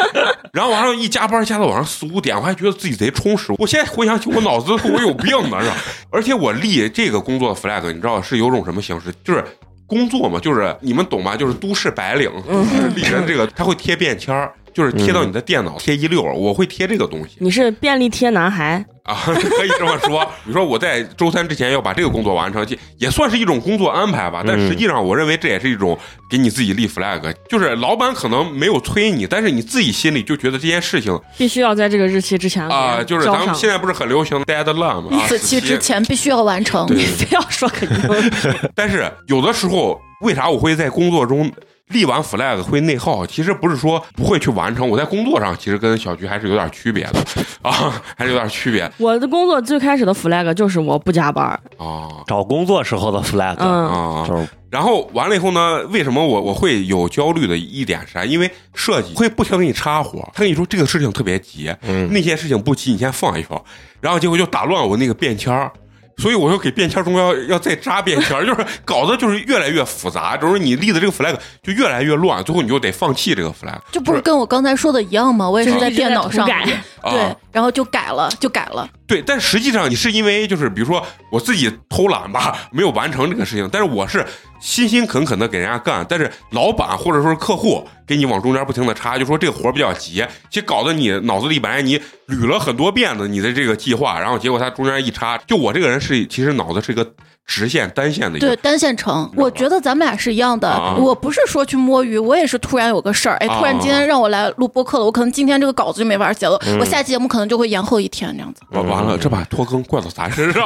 然后晚上一加班加到晚上四五点，我还觉得自己贼充实。我现在回想起，我脑子我有病呢，是吧？而且我立这个工作 flag，你知道是有种什么形式？就是。工作嘛，就是你们懂吧？就是都市白领，就是立人这个，他会贴便签儿，就是贴到你的电脑，贴一溜儿。我会贴这个东西
你是便利贴男孩，
啊， (laughs) 可以这么说。你说我在周三之前要把这个工作完成，这也算是一种工作安排吧。但
嗯
实际上，我认为这也是一种给你自己立 flag，就是老板可能没有催你，但是你自己心里就觉得这件事情
必须要在这个日期之前
嗯
啊、
给
就是
交
咱们
上
现在不是很流行 deadline 嘛，啊
此期之。前必须要完成。
对
你非要说肯定，
但是有的时候，为啥我会在工作中立完 flag 会内耗？其实不是说不会去完成，我在工作上其实跟小菊还是有点区别的啊，还是有点区别
我的工作最开始的 flag 就是我不加班儿，
啊
找工作时候的 flag，、
嗯，
(laughs) 啊。
(laughs) 就是
然后完了以后呢，为什么我我会有焦虑的一点是啥？因为设计会不停地给你插活，他跟你说这个事情特别急，那些事情不急，你先放一放，然后结果就打乱我那个便签儿。所以我又给便签儿中要要再扎便签儿，就是搞得就是越来越复杂，就是你立的这个 flag 就越来越乱，最后你就得放弃这个 flag。
这不是跟我刚才说的一样吗？我也
就是是
在
一直在
电脑
涂
上，
改
啊
对，然后就改了，就改了。
对，但实际上你是因为就是比如说我自己偷懒吧，没有完成这个事情，但是我是辛辛恳恳的给人家干，但是老板或者说是客户给你往中间不停的插，就说这个活儿比较急，其实搞得你脑子里本来你捋了很多遍的你的这个计划，然后结果他中间一插，就我这个人是其实脑子是一个直线单线的一
对
个，
单线程，
道吧
我觉得咱们俩是一样的。
啊
我不是说去摸鱼，我也是突然有个事儿，哎，
啊嗯
突然今天让我来录播客了，我可能今天这个稿子就没法写了，我下期节目可能就会延后一天这样子。
完完了这把拖更怪到咱身上，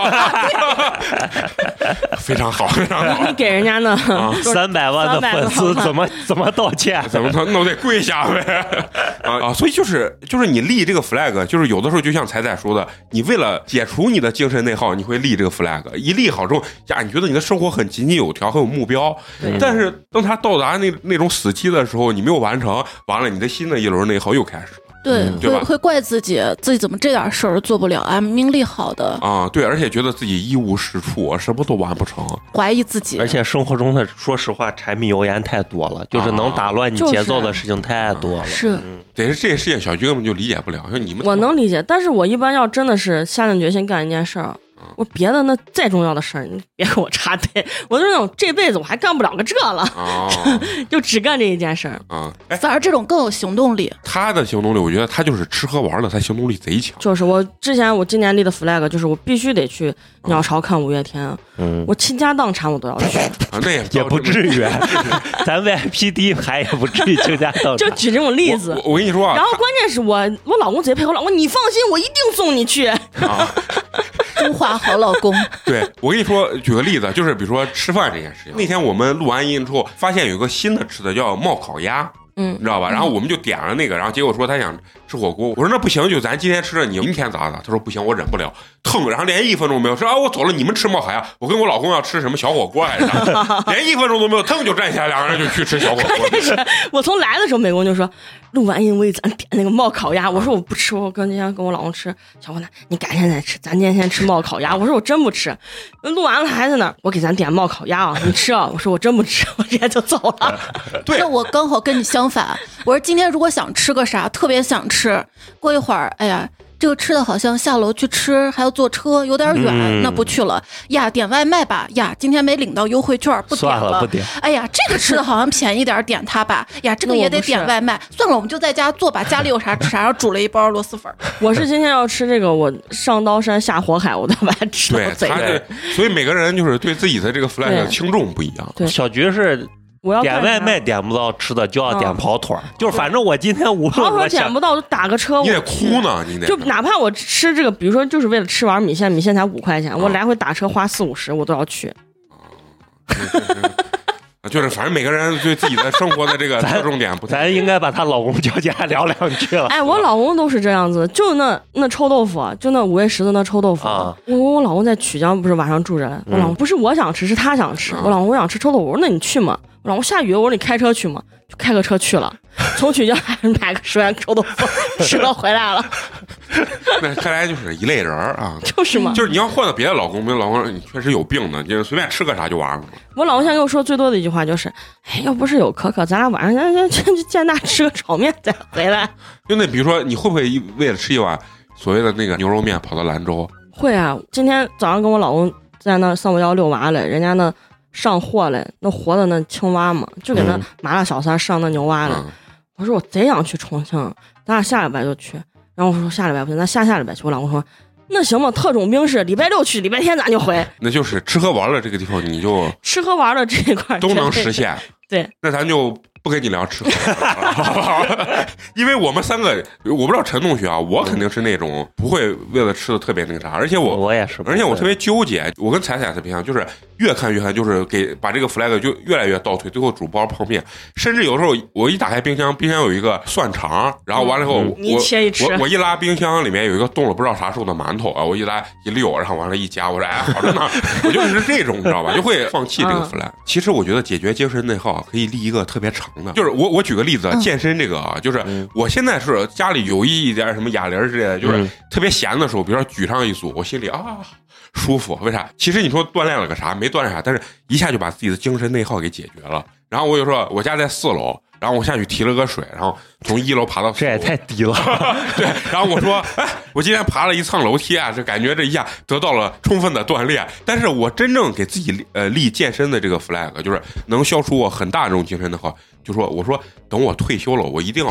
非常好，非常好
你。给人家呢，
啊
三百万的粉丝
300万
怎么怎么道歉？
(laughs) 怎么着？那我得跪下呗。 (laughs) 啊啊！所以就是就是你立这个 flag，就是有的时候就像彩彩说的，你为了解除你的精神内耗，你会立这个 flag。一立好之后，呀，你觉得你的生活很井井有条，很有目标。但是当他到达那那种死期的时候，你没有完成，完了你的新的一轮内耗又开始了
对，
嗯对吧
会会怪自己，自己怎么这点事儿做不了啊？命力好的，
啊！对，而且觉得自己一无是处，什么都完不成。
怀疑自己
(laughs) 而。且生活中的，说实话，柴米油盐太多了，就是能打乱你
就是
节奏的事情太多了。
是，
得是这些事情，小菊根本就理解不了。像你们，啊
我能理解，但是我一般要真的是下定决心干一件事儿，我说别的那再重要的事儿，你别给我插队。我就是那种这辈子我还干不了个这了，
啊
就只干这一件事儿。
啊！哎，
反而这种更有行动力。
他的行动力，我觉得他就是吃喝玩乐，他行动力贼强。
就是我之前我今年立的 flag 就是我必须得去鸟巢看五月天，啊
嗯，
我倾家荡产我都要
(laughs)
去。
啊，那也
也不
于。
(laughs) 至于，咱 VIP 第一排也不至于倾家
(laughs)
荡
就
产。
举这种例子
我。我我跟你说啊，
然后关键是我我老公贼配合，我老公你放心，我一定送你去。 (laughs)
他啊，
中华好老公，
对我跟你说，举个例子，就是比如说吃饭这件事情。
嗯
那天我们录完音之后，发现有个新的吃的叫冒烤鸭，
嗯
你知道吧？然后我们就点了那个，然后结果说他想吃火锅，我说那不行，就咱今天吃了，你明天咋咋？他说不行，我忍不了，腾，然后连一分钟没有，说啊我走了，你们吃冒烤鸭，我跟我老公要吃什么小火锅来着， (laughs) 连一分钟都没有，腾就站起来，两个人就去吃小火
(laughs)
锅。
我从来的时候，美工就说录完音为咱点那个冒烤鸭，我说我不吃，我跟今天跟我老公吃。小伙子，你改天再吃，咱今天先吃冒烤鸭。我说我真不吃，录完了还在那儿，我给咱点冒烤鸭啊，你吃啊。我说我真不吃，我直接就走
(laughs)
了。
对
(laughs) 那我刚好跟你相反。我说今天如果想吃个啥，特别想吃，过一会儿，哎呀，这个吃的好像下楼去吃还要坐车，有点远，
嗯
那不去了呀，点外卖吧呀，今天没领到优惠券，不点
算了不点
哎呀，这个吃的好像便宜点儿，点它吧。呀，这个
那我
也得
不是
点外卖。算了，我们就在家做吧，家里有 (laughs) 啥吃啥。然后煮了一包螺蛳粉儿。
我是今天要吃这个，我上刀山下火海，我都把它吃
对
到嘴
他
里。
对，所以每个人就是对自己的这个 flag
对
轻重不一样。
对
小菊是
我要
点
干
外
啥
卖。点不到吃的，就要点
嗯
跑腿儿，就是反正我今天无
跑
论
腿
我
点
想
不到，我就打个车。
你
我
得哭呢，你得
就哪怕我吃这个，比如说就是为了吃碗米线，米线才五块钱，我
嗯
来回打车花四五十，我都要去。
啊 (laughs) 就是反正每个人对自己的生活的这个侧重点不太
(laughs) 咱应该把她老公叫进来 (laughs) 聊两句了。
哎，我老公都是这样子，就那那臭豆腐，啊就那五味十的那臭豆腐。
啊
我我老公在曲江不是晚上住着，我老公不是我想吃，是他想吃。
嗯啊
我老公我想吃臭豆腐，我说那你去嘛。我老公下雨，我说你开车去嘛，就开个车去了，从曲江 (laughs) 买个十元臭豆腐 (laughs) 吃了回来了，
那看来就是一类人儿啊。
就是嘛。
就是你要换到别的老公，别的老公说你确实有病的，就是随便吃个啥就完了。
我老公现在跟我说最多的一句话就是，哎，要不是有可可，咱俩晚上 (laughs) 咱咱去建大吃个炒面再回来。
就那比如说，你会不会一为了吃一碗所谓的那个牛肉面跑到兰州？
会啊，今天早上跟我老公在那儿上我家遛娃嘞，人家那上货嘞，那活的那青蛙嘛，就给那
嗯
麻辣小三上那牛蛙嘞。
嗯，
我说我贼想去重庆，咱俩下礼拜就去。然后我说下礼拜不行，咱下下礼拜去。我老公说那行吧，特种兵是礼拜六去，礼拜天咱就回。
那就是吃喝玩乐这个地方，你就
吃喝玩乐这一块儿
都能
绝
实现。
对，
那咱就不跟你聊吃喝玩乐了，好不 (laughs) 好？因为我们三个，我不知道陈同学啊，我肯定是那种不会为了吃的特别那个啥，而且我
我也是，
而且我特别纠结，我跟彩彩特别像，就是越看越看，就是给把这个 flag 就越来越倒退，最后煮包泡面，甚至有时候我一打开冰箱，冰箱有一个蒜肠，然后完了以后
嗯
我
你切一吃
(laughs)
我我一拉冰箱里面有一个冻了不知道啥时候的馒头啊，我一拉一溜，然后完了，一夹，我说哎好着呢，
(laughs)
我就是这种你知道吧，就会放弃这个
嗯
flag。其实我觉得解决精神内耗啊可以立一个特别长的，就是我我举个例子啊，
嗯
健身这个啊，就是
嗯
我现在是家里有一点什么哑铃之类的，就是
嗯
特别闲的时候，比如说举上一组，我心里啊舒服。为啥？其实你说锻炼了个啥？没锻炼啥，但是一下就把自己的精神内耗给解决了。然后我就说，我家在四楼，然后我下去提了个水，然后从一楼爬到四
这
楼
也。太
(laughs)
低了，
对，然后我说，哎，我今天爬了一趟楼梯啊，这感觉这一下得到了充分的锻炼。但是我真正给自己立呃立健身的这个 flag，就是能消除我很大这种精神的话，就说我说等我退休了，我一定要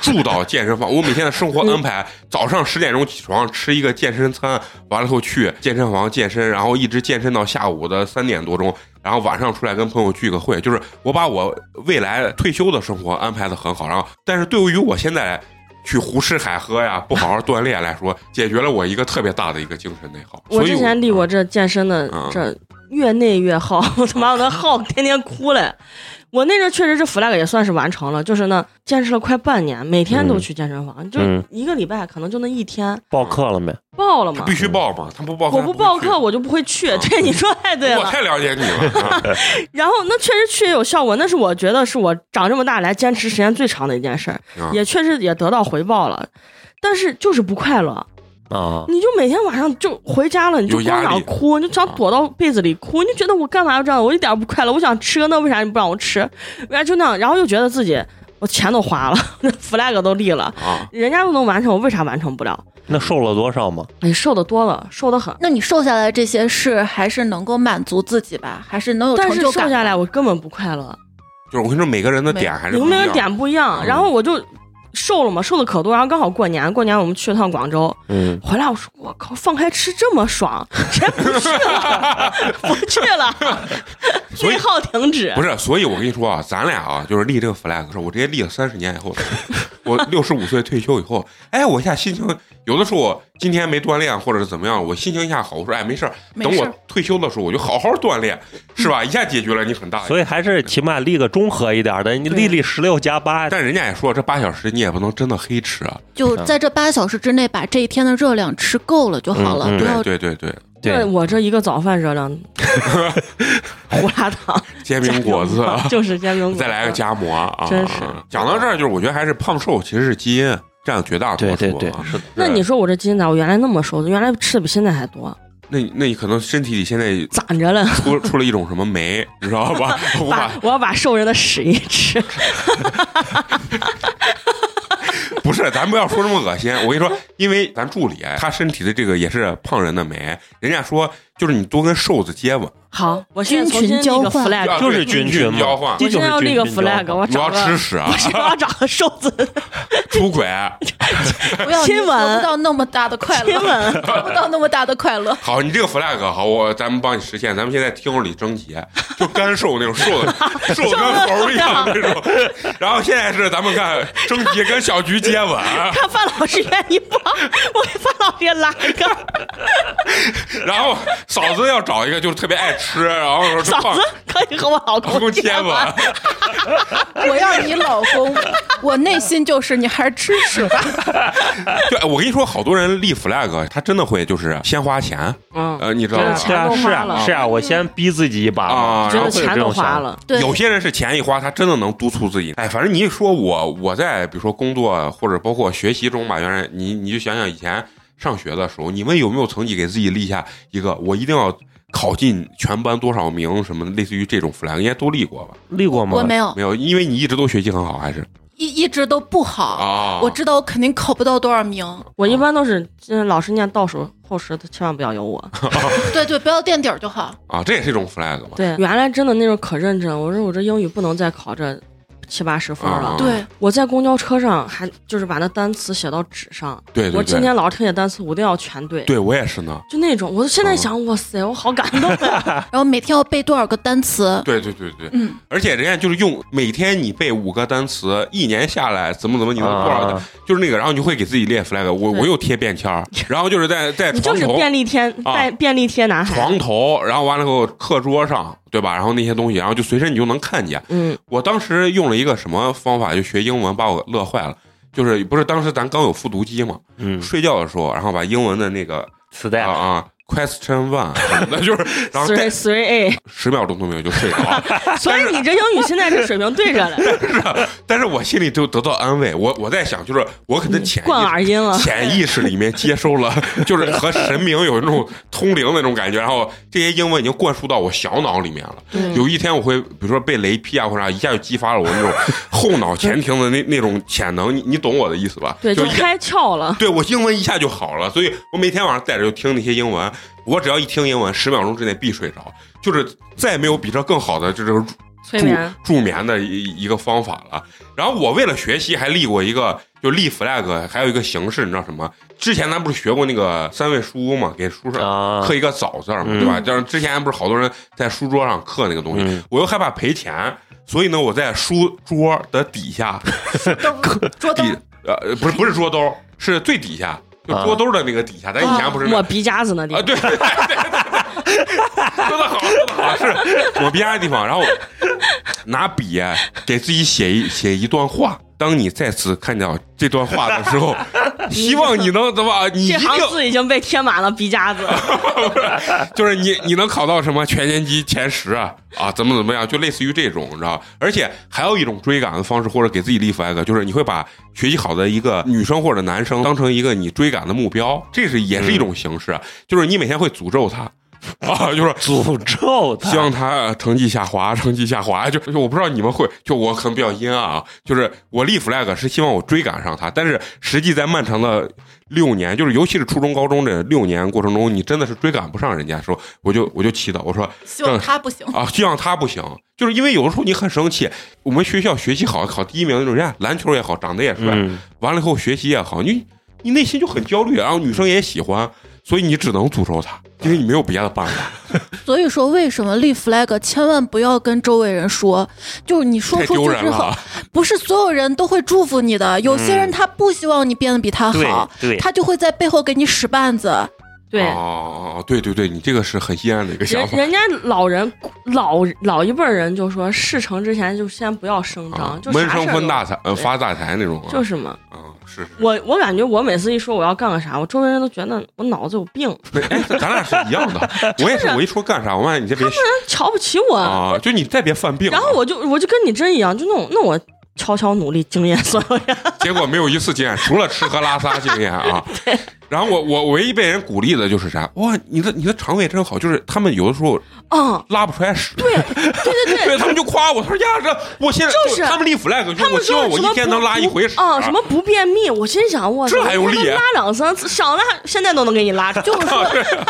住到健身房。我每天的生活安排，早上十点钟起床吃一个健身餐，完了后去健身房健身，然后一直健身到下午的三点多钟。然后晚上出来跟朋友聚个会，就是我把我未来退休的生活安排的很好。然后，但是对于我现在去胡吃海喝呀，不好好锻炼来说， (laughs) 解决了我一个特别大的一个精神内耗。
我
所以啊
之前立我这健身的
嗯
这越内越耗，我他妈我那耗天天哭嘞。我那阵确实这 flag 也算是完成了，就是呢坚持了快半年，每天都去健身房，就
嗯
一个礼拜可能就那一天
报课了没？
报了
他
嘛
必。须报嘛，他不报课
我
他
不
不
报
会去
课，我就不会去
嗯，
这你说太对
我
了。
太了解你了。啊
然后那确实去也有效果，那是我觉得是我长这么大来坚持时间最长的一件事儿，
嗯
也确实也得到回报了，但是就是不快乐。
啊，
你就每天晚上就回家了，你
有
就
压
光
力
想哭，你就想躲到被子里哭，你就觉得我干嘛要这样？我一点儿不快乐，我想吃个那，为啥你不让我吃？然后就那样，然后又觉 (laughs) 得自己我钱都花了那，flag 都立了，
啊，
人家都能完成，我为啥完成不了？
那瘦了多少吗？
哎，瘦的多了，瘦的很。
那你瘦下来这些事还是能够满足自己吧，还是能有成
但是
就
瘦
感。嗯
下来我根本不快乐，
就是我跟你说，每个人的点还是
有
不一
没
样
有点不一样？
嗯
然后我就瘦了嘛，瘦的可多。然后刚好过年，过年我们去了趟广州，
嗯，
回来我说我靠，放开吃这么爽，谁不去了？ (laughs) 不去了，
所以
内耗停止
不。是，所以我跟你说啊，咱俩啊，就是立这个 flag 的时候，我直接立了三十年以后，我六十五岁退休以后，哎，我一下心情，有的时候我今天没锻炼或者是怎么样，我心情一下好，我说哎没事儿，
没
等
事
我
儿
退休的时候我就好好锻炼，是吧？一下解决了你很大。
所以还是起码立个中和一点的，你立立十六加八，
但人家也说这八小时你也不能真的黑吃啊，
就在这八小时之内把这一天的热量吃够了就好了，
嗯嗯
不
对
要
对对对，
这
对，
我这一个早饭热量，胡辣汤、
煎饼果子啊，
(laughs) 就是煎饼果子，
(laughs) 再来个夹馍啊！
真是
讲到这儿，就是我觉得还是胖瘦其实是基因占绝大多数、啊。
对对对是的
那你说我这基因咋？我原来那么瘦，原来吃的比现在还多，
那你那你可能身体里现在
攒着了。
出出了一种什么酶，你知道吧？无
把
法
我要把瘦人的屎一吃，
不是，咱不要说这么恶心。我跟你说，因为咱助理啊他身体的这个也是胖人的酶，人家说就是你多跟瘦子接吻，
好，我现在重新
菌群
立
交
个
换
flag，
啊
就是
对
菌
菌
群嘛
交换
这
(laughs) 我
就
现
是
在要立个
菌群交换
flag，我
你
找
要
个
吃屎啊
我，是要找个瘦子 (laughs)
出轨。
不要你
亲吻
得不到那么大的快
亲
乐，
吻。
(laughs) 得不到那么大的
(laughs)
快乐。
好，你这个 flag 好，我咱们帮你实现。咱们现在听众里征集，就干瘦那种瘦的，瘦的跟猴儿一样那种。然后现在是咱们看征集跟小菊接吻，
看范老师愿意不？ (laughs) 我给范老师也拉一个。
然后嫂子要找一个就是特别爱吃，然后说是
(laughs) 嫂
胖
子可以和我老
老公
公
接吻。
我要你老公，我内心就是你还是吃屎
(laughs)
吧。
对，我跟你说，好多人立 flag，他真的会就是先花钱，
嗯
呃，你知道
对
吧？
对啊，
钱都
是
花了
啊，是啊，我先逼自己一把
啊
嘛，
然
觉
后
得
会有
钱
这
都
种
花
想
了，
对，
有些人是钱一花，他真的能督促自己。哎，反正你一说我，我在比如说工作或者包括学习中吧，原来你你就想想以前上学的时候，你们有没有曾经给自己立下一个我一定要考进全班多少名什么的类似于这种 flag，应该都立过吧？
立过吗？
我没有
没有，因为你一直都学习很好，还是
一一直都不好，
啊？
哦我知道我肯定考不到多少名。
我一般都是嗯老师念倒数后十，他千万不要有我。
对对，不要垫底儿就好。
啊，这也是一种 flag 嘛。
对，原来真的那时候可认真，我说我这英语不能再考这七八十分
啊
了。
对，
我在公交车上还就是把那单词写到纸上，
对对
我今
对，
天老师特写单词我都要全对，
对我也是呢。
就那种。我现在
嗯
想，哇塞，我好感
(laughs)
动啊！
然后每天要背多少个单词？
对对对对，
嗯，
而且人家就是用每天你背五个单词，一年下来怎么怎么你能多少单，
啊
就是那个，然后你就会给自己列 flag。我
对
我又贴便签儿，然后就是在在
你就
床
是
头
便利贴，
啊
便便利贴男孩
床。头，然后完了以后课桌上，对吧？然后那些东西，然后就随身你就能看见。
嗯，
我当时用了一个什么方法，就学英文，把我乐坏了。就是不是当时咱刚有复读机嘛？
嗯，
睡觉的时候，然后把英文的那个
磁
啊
带
啊 question one 什么的，就是然后
three
带
three
(laughs)
A，
十秒钟都没有就睡着了。
所以你这英语现在这水平对着嘞，
(laughs) 但是我心里就得到安慰。我我在想，就是我可能潜
灌耳
意
音了。
潜意识里面接收了，就是和神明有一种通灵的那种感觉，然后这些英文已经灌输到我小脑里面了。
嗯
有一天我会，比如说被雷劈啊，或者啥，一下就激发了我
(laughs)
那种后脑前庭的那那种潜能，你你懂我的意思吧？
对，
就
就
一下，
开窍了。
对我英文一下就好了，所以我每天晚上带着就听那些英文，我只要一听英文，十秒钟之内必睡着，就是再也没有比这更好的这种
催眠，
助助眠的一一个方法了。然后我为了学习还立过一个，就立 flag，还有一个形式，你知道什么？之前咱不是学过那个三味书屋嘛，给书上
啊
刻一个早字儿嘛，
嗯
对吧？但是之前不是好多人在书桌上刻那个东西，
嗯
我又害怕赔钱，所以呢，我在书桌的底
(laughs)
下
桌
底
灯
呃不是不是桌兜，是最底下，就
啊
桌兜的那个底下。咱以前不是那
抹鼻夹子那地
啊，
方。
对，对对对说的好，说的好，是我别的地方，然后拿笔给自己写一写一段话。当你再次看到这段话的时候，希望你能怎么？你一
这
定
行字已经被贴满了鼻
(laughs)
夹子，
就是你你能考到什么全年级前十啊啊，怎么怎么样，就类似于这种，你知道？而且还有一种追赶的方式，或者给自己立 flag，就是你会把学习好的一个女生或者男生当成一个你追赶的目标，这是也是一种形式，就是你每天会诅咒他。啊，就是
诅咒
(laughs)
希
他，
望他成绩下滑，成绩下滑。就就我不知道你们会，就我可能比较阴暗啊，就是我立 flag 是希望我追赶上他，但是实际在漫长的六年，就是尤其是初中、高中这六年过程中，你真的是追赶不上人家的时候，我就我就祈祷，我说
希望他
(laughs)
不行。
啊，希望他不行，就是因为有的时候你很生气，我们学校学习好考第一名那种人家，篮球也好，长得也帅，
嗯
完了以后学习也好，你你内心就很焦虑，然后女生也喜欢，所以你只能诅咒他，因为你没有别的办法，
所以说，为什么立 flag 千万不要跟周围人说？就是你说
太
出
丢
去
人
之后
了，。啊嗯
不是所有人都会祝福你的。有些人他不希望你变得比他
对
好，
对
他就会在背后给你使绊子。
对，
哦，对对对，你这个是很阴暗的一个想
人
法。
人家老人老老一辈儿人就说，事成之前就先不要声张，
啊
就，
闷
啥
声
事儿
分
都
大财，呃，
对
发大财那种啊，
就是嘛。
啊，是是，
我我感觉我每次一说我要干个啥，我周围人都觉得我脑子有病，
那哎，咱俩是一
(laughs)
样的，我也是，我一说干啥，我发现你这别
瞧不起我。
啊，就你再别犯病了，
然后我就我就跟你真一样，就那种那我悄悄努力经验所有人，
结果没有一次经验，除了吃喝拉撒经验
(laughs)
啊。然后我我唯一被人鼓励的就是啥？哇，你的你的肠胃真好，就是他们有的时候
嗯，
拉不出来屎，
对 (laughs) 对对
对他们就夸我，他说呀这我现在
就是
他们立 flag，就
他
是我
们
希
说
望我
什
一
么
天
不
能拉一
不
回屎
啊，什么不便秘，我心想我
这
操
还有啊
一天
理
能拉两三次，想拉现在都能给你拉出来，就是
啊 (laughs)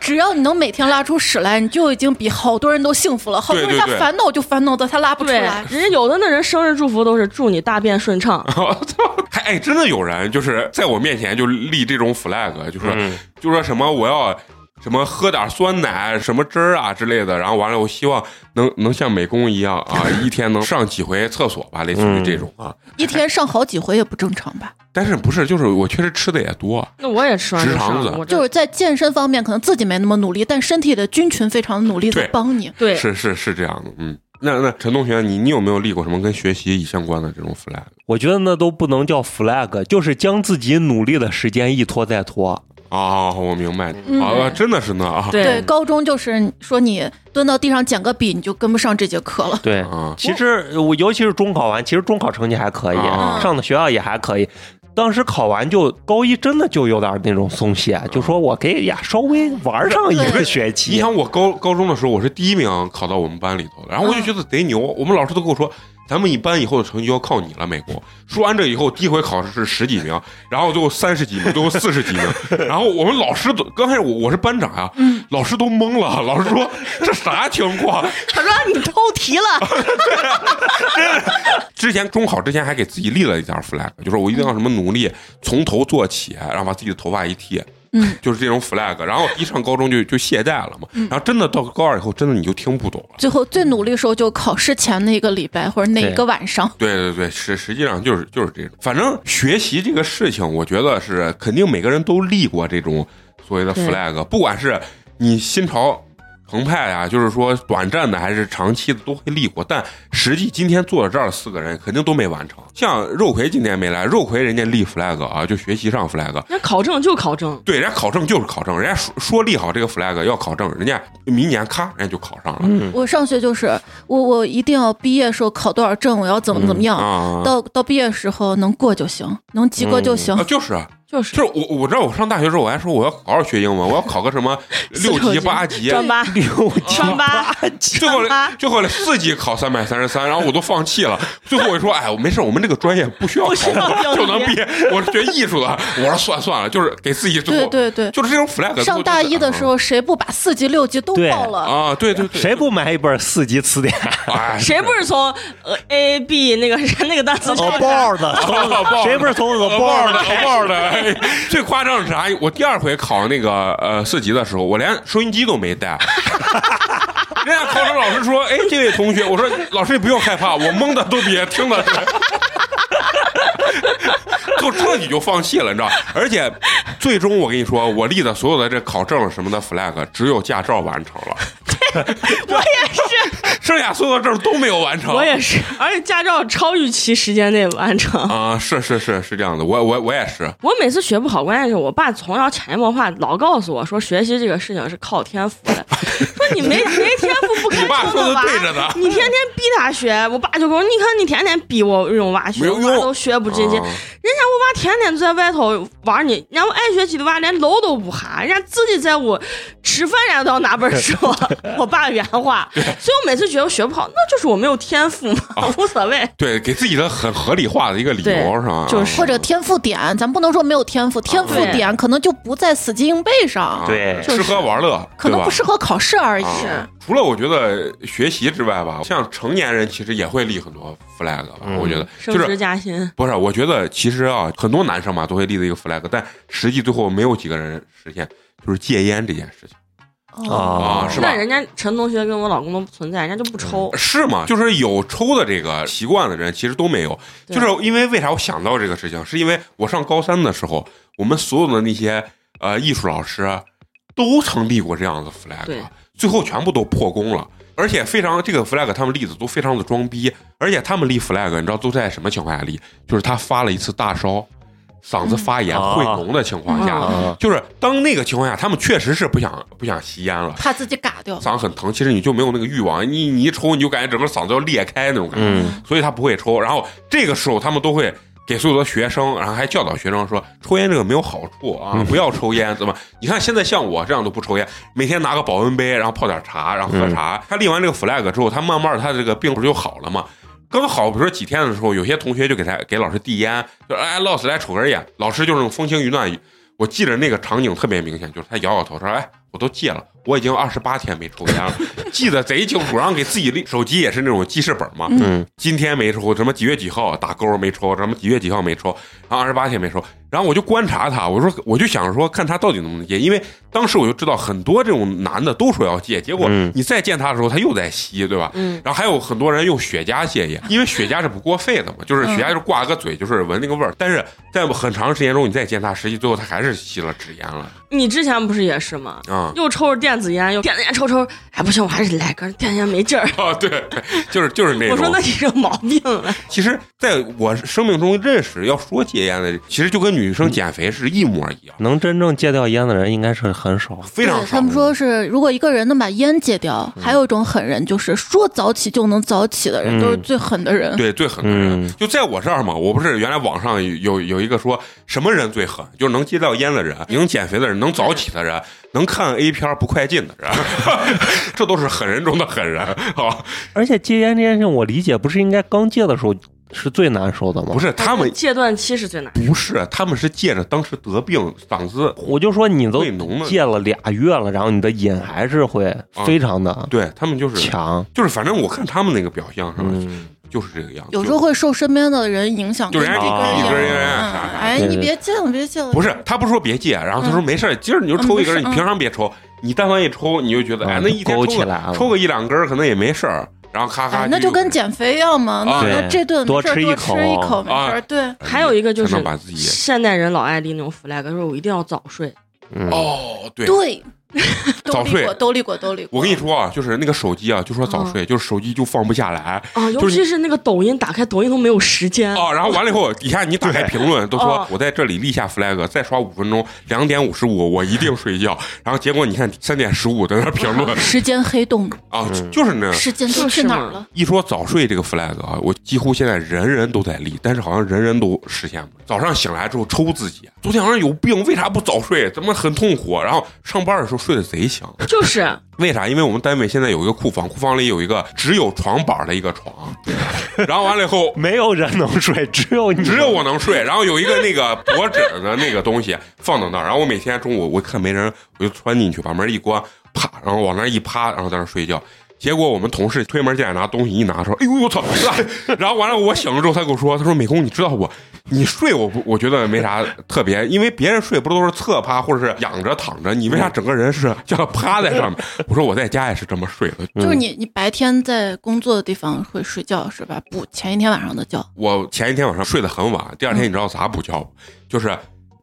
只要你能每天拉出屎来，你就已经比好多人都幸福了。好多人
对
他
对
烦恼就烦恼的他拉不出
对，
来
人。家有的那人生日祝福都是祝你大便顺畅，
我操！ (laughs) 还哎，真的有人就是在我面前就立这种 flag，就是、
嗯
就说什么我要什么喝点酸奶、什么汁儿啊之类的，然后完了，我希望能能像美工一样啊，一天能上几回厕所吧，类似于这种啊。
一天上好几回也不正常吧？
但是不是就是我确实吃的也多，
那我也吃完
直
就
肠
上
子
了，我这
就是在健身方面，可能自己没那么努力，但身体的菌群非常努力
对
的帮你。
对
是是是这样的，嗯。那那陈同学，你你有没有立过什么跟学习相关的这种 flag
我觉得那都不能叫 flag，就是将自己努力的时间一拖再拖。
啊、我明白，
嗯
啊，真的是呢啊，
对，高中就是说你蹲到地上捡个笔，你就跟不上这节课了。
对
啊，
其实我尤其是中考完，其实中考成绩还可以，
啊
上的学校也还可以。当时考完就高一，真的就有点那种松懈，
啊
就说我可以呀稍微玩上一个学
你
期。
想我高高中的时候，我是第一名考到我们班里头的，然后我就觉得贼牛。我们老师都跟我说，咱们一班以后的成绩要靠你了，美国。说完这以后，第一回考试是十几名，然后最后三十几名，最后四十几名。然后我们老师都刚开始我我是班长啊，老师都懵了，老师说这啥情况？
他说你偷题
(laughs)
了，
之前中考之前还给自己立了一点 flag，就说我一定要什么努力，从头做起，然后把自己的头发一剃，
嗯，
就是这种 flag。然后一上高中就就懈怠了嘛，然后真的到高二以后，真的你就听不懂了。
最后最努力的时候就考试前那一个礼拜或者那一个晚上。
对对对，实实际上就是就是这种。反正学习这个事情，我觉得是肯定每个人都立过这种所谓的
对
flag，不管是你心潮澎湃啊，就是说短暂的还是长期的都会立过。但实际今天坐在这儿的四个人肯定都没完成。像肉葵今天没来，肉葵人家立 flag 啊，就学习上 flag。
人家考证就考证，
对，人家考证就是考证，人家说说立好这个 flag 要考证，人家明年咔，人家就考上了。
嗯，
我上学就是我我一定要毕业时候考多少证，我要怎么怎么样，
啊
到到毕业时候能过就行，能及格就行。
啊，就是啊，
呃就是
就是我，我知道我上大学的时候，我还说我要好好学英文，我要考个什
(laughs)
么六级、八级，
专八
(laughs)
六
专
七
八，
最后
专八
最后四级考三百三十三，然后我都放弃了。最后我说，哎，我没事，我们这个专业不需要
不需要
考
六级
就能毕业。我是学艺术的，我说算算了，就是给自己最
对
后
对对，
就是这种 flag 都。
上大一的时候谁不把四级六级都
对
报了？
嗯啊，对对对，
(laughs)
谁不买一本四级
(laughs)
词典？
哎
谁不是从呃 A B 那个 (laughs) 那个单词
哦
开始？
，board，从 (laughs) 谁不是从 the
恶爆 (laughs)
board
的，恶爆的！哎最夸张的是啥？我第二回考那个呃四级的时候，我连收音机都没带。 (laughs) 人家考场老师说：“哎，这位同学，我说老师你不用害怕，我蒙的都比听的准。” (laughs) 就彻底就放弃了，你知道？而且最终我跟你说，我立的所有的这考证什么的 flag，只有驾照完成了，
(laughs) 我也
(laughs)
是，
剩下所有的证都没有完成。
我也是，而且驾照超预期时间内完成。
啊、是是是是这样的，我我我也是，
我每次学不好，关键是我爸从小潜移默化老告诉我说，学习这个事情是靠天赋
(laughs)
的，说你没没天赋不
你
该
爸
碰
说
到
的
娃，
对着呢。
你天天逼他学，我爸就跟我说，你看你天天逼我这种娃学，
没有
我
用
娃都学不进去。
啊
人家我
天天在外头玩你，然后爱学习的娃连楼都不喊，人家自己在屋吃饭，人家都要拿本书。
(laughs)
我爸原话，所以我每次觉得我学不好，那就是我没有天赋嘛，
啊
无所谓。
对，给自己的很合理化的一个理
对
由是吧？啊
就是
或者天赋点，咱不能说没有天赋，天赋
对
点可能就不在死记硬背上，
对
啊
就是
吃喝玩乐，
可能
对吧
不适合考试而已。
啊。除了我觉得学习之外吧，像成年人其实也会立很多 flag 吧，
嗯
我觉得就
升职
是。
加薪，
不是，我觉得其实啊，很多男生嘛都会立的一个 flag，但实际最后没有几个人实现，就是戒烟这件事情啊，是吧？嗯
那人家陈同学跟我老公都不存在，人家就不抽。
是吗？ (laughs) 就是有抽的这个习惯的人，其实都没有。
对
就是因为为啥我想到这个事情，是因为我上高三的时候，我们所有的那些呃艺术老师都曾立过这样的 flag，
对
最后全部都破功了。而且非常这个 flag，他们立的都非常的装逼，而且他们立 flag，你知道都在什么情况下立？就是他发了一次大烧，嗓子发炎、
嗯
会脓的情况下，
嗯
啊
就是当那个情况下，他们确实是不想不想吸烟了，
怕自己嘎掉。
嗓子很疼，其实你就没有那个欲望，你你一抽你就感觉整个嗓子要裂开那种感觉，
嗯
所以他不会抽。然后这个时候他们都会给所有的学生，然后还教导学生说，抽烟这个没有好处啊，不要抽烟，怎么？你看现在像我这样都不抽烟，每天拿个保温杯，然后泡点茶，然后喝茶。他立完这个 flag 之后，他慢慢他这个病不是就好了吗？刚好比如说几天的时候，有些同学就给他给老师递烟，就哎老师来抽根烟，老师就是那种风轻云淡。我记着那个场景特别明显，就是他摇摇头说：“哎，我都戒了，我已经二十八天没抽烟了，记得贼清楚。”然后给自己立手机也是那种记事本嘛，
嗯
今天没抽，什么几月几号打勾没抽，什么几月几号没抽，然后二十八天没抽，然后我就观察他，我说我就想说看他到底能不能戒，因为当时我就知道很多这种男的都说要戒，结果
嗯
你再见他的时候他又在吸，对吧？
嗯
然后还有很多人用雪茄戒烟，因为雪茄是不过肺的嘛，就是雪茄就是挂个嘴，就是闻那个味儿，但是在很长时间中你再见他，实际最后他还是吸了纸烟了
你之前不是也是吗？
啊。
又抽着电子烟，又电子烟抽抽，哎，不行，我还是来根电子烟没劲儿。
啊，对，就是就是那种。
我说那你这毛病啊，
其实，在我生命中认识要说戒烟的，其实就跟女生减肥是一模一样，
能真正戒掉烟的人应该是很少。
非常嗯
对
少。
他们说是，如果一个人能把烟戒掉，还有一种狠人，就是说早起就能早起的人，
嗯
都是最狠的人。
对最狠的人，
嗯
就在我这儿嘛。我不是原来网上有有一个说什么人最狠，就是能戒掉烟的人，能减肥的人，能早起的人，能看 A 片不快进的人， (laughs) 这都是狠人中的狠人啊！
而且戒烟这件事情，我理解不是应该刚戒的时候是最难受的吗？
不是他们哎
戒断期是最难。
不是，他们是借着当时得病嗓子
我就说你都
胃脓了，
戒了俩月了，然后你的瘾还是会非常的
对他们就是
强。
就是，反正我看他们那个表象上、
嗯，
就是这个样子。
有时候会受身边的人影响，
就人家
跟
一
一
根
根
烟
烟
啥啥
嗯哎，
对对
你别戒了，别戒了。
啊不是，他不是说别戒，然后他说没事儿，今儿你就抽一根儿，
嗯
你
不是
平常别抽，你但凡一抽，你就觉得哎，
嗯
那一天
勾
抽
起
个
来了
抽个一两根儿可能也没事儿，然后咔
哎
咔，
那就跟减肥一样嘛。那
对
那这顿
多
没事儿
吃一
多
口
吃一口没
啊
事儿，对，
还有一个就
才
是
能把自己
现代人老爱立那种 flag，说我一定要早睡。
嗯
哦，对。
对，
(laughs) 早
都立
睡
过，都立过，都立过。
我跟你说啊，就是那个手机啊，就说
嗯
早睡，就是手机就放不下来
啊，尤
就是
其是那个抖音，打开抖音都没有时间。
哦。然后完了以后，底下你打开评论都说
哦
我在这里立下 flag，再刷五分钟，两点五十五我一定睡觉。然后结果你看三点十五在那评
(laughs)
论
时间黑洞，
啊，就是那样。
时间
就
都
是
去哪
嘛
儿了？
一说早睡这个 flag 啊，我几乎现在人人都在立，但是好像人人都实现不了。早上醒来之后抽自己，昨天晚上有病，为啥不早睡？怎么很痛苦？啊然后上班的时候睡得贼香，
(laughs)
(laughs)
就是
为啥？因为我们单位现在有一个库房，库房里有一个只有床板的一个床，然后完了以后。
没有人能睡，只有你，
只有我能睡，然后有一个那个脖枕的那个东西放到那儿，然后我每天中午我看没人，我就穿进去，把门一关，啪，然后往那儿一趴，然后在那儿睡觉。结果我们同事推门进来拿东西，一拿说：“哎呦我操！”然后完了我醒了之后，他跟我说：“他说美工，你知道不？你睡我不，我觉得没啥特别，因为别人睡不都是侧趴或者是仰着躺着，你为啥整个人是 (laughs) 这样趴在上面？”我说我在家也是这么睡的，
就是你，你白天在工作的地方会睡觉是吧？补前一天晚上的觉。
我前一天晚上睡得很晚，第二天你知道咋补觉吗？就是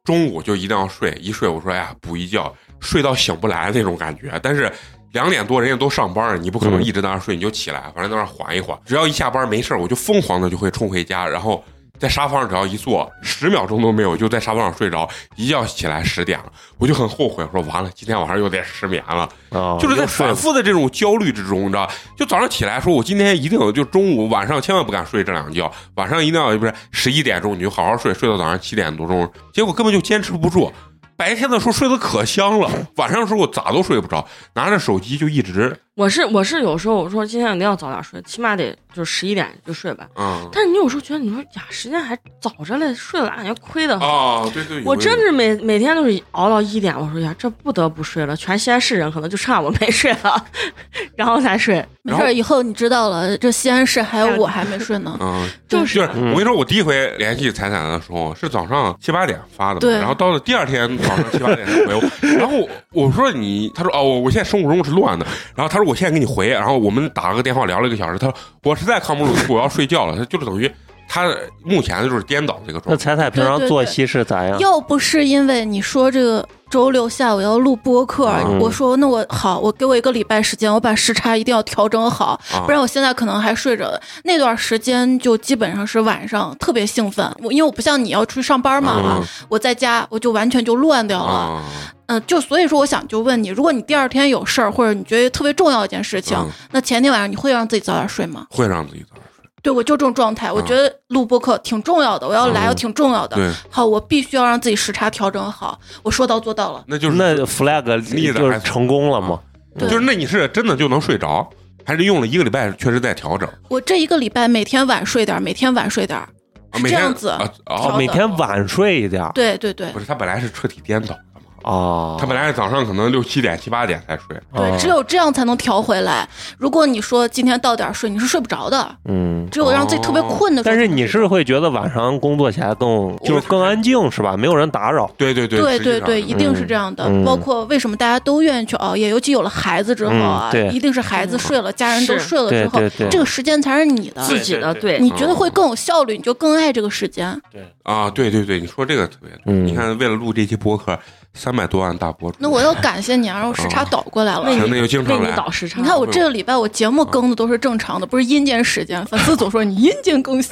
中午就一定要睡，一睡我说哎呀补一觉，睡到醒不来那种感觉。但是两点多人家都上班了，你不可能一直在那儿睡，你就起来，反正在那儿缓一缓。只要一下班没事儿，我就疯狂的就会冲回家，然后在沙发上只要一坐，十秒钟都没有就在沙发上睡着，一觉起来十点了，我就很后悔，我说完了，今天晚上又得失眠了。
啊，
就是在
又睡
反复的这种焦虑之中，你知道吧，就早上起来说，我今天一定就中午、晚上千万不敢睡这两觉，晚上一定要不是十一点钟你就好好睡，睡到早上七点多钟，结果根本就坚持不住。白天的时候睡得可香了，晚上的时候我咋都睡不着，拿着手机就一直
我是我是有时候我说今天一定要早点睡，起码得就十一点就睡吧。 (laughs)
嗯
但是你有时候觉得你说呀，时间还早着嘞，睡了感觉亏的很。
啊，对对，
我真是每每天都是熬到一点，我说呀，这不得不睡了。全西安市人可能就差我没睡了， (laughs) 然后才睡。
没事
然后
儿，以后你知道了，这西安市还有我还没睡呢。
嗯，
就
就是
是
我跟你说，我第一回联系彩彩的时候是早上七八点发的嘛，
对
然后到了第二天早上七八点才回
(laughs)
我，然后我我说你，他说哦，我我现在生物钟是乱的，然后他说我现在给你回，然后我们打了个电话聊了一个小时，他说我实在扛不住，我要睡觉了，他就是等于他目前就是颠倒这个
那
状态，
彩彩平常
对对对
作息是咋
啊
样？
要不是因为你说这个周六下午要录播客，
嗯
我说那我好，我给我一个礼拜时间，我把时差一定要调整好，
啊
不然我现在可能还睡着。那段时间就基本上是晚上特别兴奋，我因为我不像你要出去上班嘛，
嗯
我在家我就完全就乱掉了。
啊，
嗯，就所以说，我想就问你，如果你第二天有事儿，或者你觉得特别重要一件事情，
嗯
那前天晚上你会让自己早点睡吗？
会让自己早上睡，
对我就这种状态，我觉得录播课挺重要的，我要来，我挺重要的。
嗯对，
好，我必须要让自己时差调整好。我说到做到了，
那就是
那 flag
立的
就
还
是成功了吗？
对
嗯就是那你是真的就能睡着，还是用了一个礼拜确实在调整，
我这一个礼拜每天晚睡点儿，每天晚睡点儿。
啊每天
这样子
啊
调
哦
整
每天晚睡一点儿
对对对
不，是他本来是彻底颠倒的嘛。
哦，
他本来是早上可能六七点、七八点才睡，
对，只有这样才能调回来。如果你说今天到点儿睡，你是睡不着的，
嗯。
只有让自己特别困的时候
但
才
是
能睡
你
着。
是会觉得晚上工作起来更就是更安静是吧？没有人打扰，
对对对
对
对
对对，一定是这样的。包
嗯
括为什么大家都愿意去熬夜，尤其有了孩子之后啊
嗯，对
一定是孩子睡了，家人都
是
睡了
对
之后
对对，
这个时间才是你的，
自己的
对对
对
你觉得会更有效率，你就更爱这个时间。
啊，对对对，你说这个特别对。
嗯
你看，为了录这期播客，三百多万大博主，
那我要感谢你啊，让我时差倒过来了。
为
真的
你
有经
为
常
(laughs)
你
来
倒时差。
你看我这个礼拜我节目更的都是正常的，不是阴间时间。粉丝总说你阴间更新，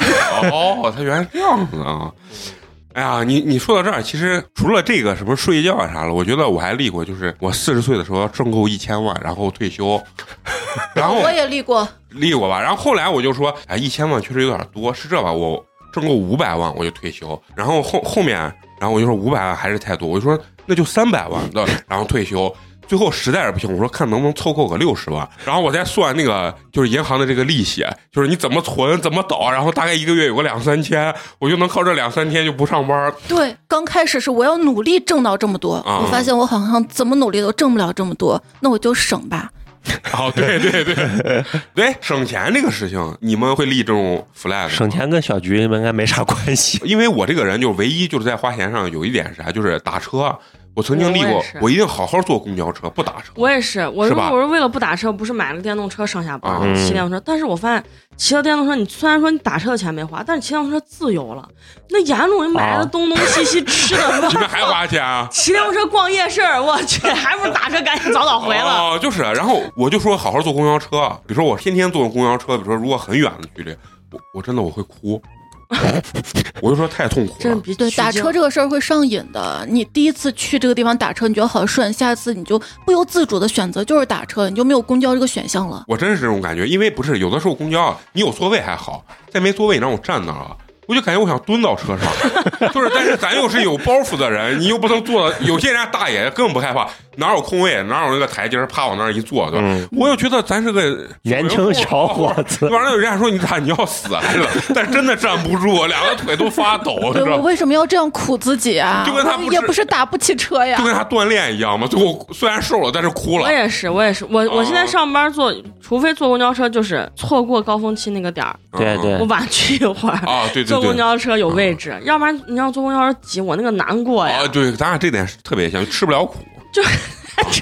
哦，他原来是这样子啊。哎呀，你你说到这儿，其实除了这个什么睡觉啊啥了，我觉得我还立过，就是我四十岁的时候要挣够一千万，然后退休， (laughs) 然后
我也立过。
立过吧。然后后来我就说，哎，一千万确实有点多，是这吧？我挣够五百万我就退休。然后后后面，然后我就说五百万还是太多，我就说那就三百万的，然后退休。最后实在是不行，我说看能不能凑够个六十万，然后我再算那个就是银行的这个利息，就是你怎么存怎么倒，然后大概一个月有个两三千，我就能靠这两三千就不上班。
(laughs) 对，刚开始是我要努力挣到这么多，
嗯
我发现我好像怎么努力都挣不了这么多，那我就省吧。
哦，对对对， (laughs) 对省钱这个事情，你们会立这种 flag 吗
省钱跟小菊应该没啥关系。
因为我这个人就唯一就是在花钱上有一点是啥，就是打车。我曾经立
我
过
也是，
我一定好好坐公交车，不打车。
我也是，我
是
说
吧
我是为了不打车，不是买了个电动车上下班，
嗯
骑电动车。但是我发现骑了电动车，你虽然说你打车的钱没花，但是骑电动车自由了。那沿路你买
啊
的东东西西吃的，？
你们还花钱啊
(laughs) 骑电动车逛夜市，我去，还不如打车赶紧早早回了。
哦，就是，然后我就说好好坐公交车，比如说我天天坐公交车，比如说如果很远的距离，我我真的我会哭， (laughs) 我就说太痛苦
真
了。
比
对，
取
打
经
车这个事儿会上瘾的。你第一次去这个地方打车，你觉得好顺，下次你就不由自主的选择就是打车，你就没有公交这个选项了。
我真是这种感觉，因为不是有的时候公交啊你有座位还好，再没座位你让我站那儿啊，我就感觉我想蹲到车
(laughs)
上，就是但是咱又是有包袱的人，你又不能坐，有些人家大爷根本不害怕，哪有空位哪有那个台阶儿，啪往那儿一坐，对吧？
嗯
我又觉得咱是个
年轻小伙子
完了人家说你咋你要死来了，但真的站不住，两个腿都发抖，你
对
知道
我
吗？
为什么要这样苦自己啊？
就跟他
我
不
也
是
不是打不起车呀
就。跟他锻炼一样嘛，最后虽然瘦了，但是哭了
我。也是，我也是，我
哦
我现在上班坐，除非坐公交车，就是错过高峰期那个点儿，
嗯
对对
我
嗯
晚去一会儿。
啊，对对
坐
对
公，交车有位置，要不然你让坐公交车挤，我那个难过呀
(laughs)
啊，，对，咱俩这点是特别像，吃不了苦，
吃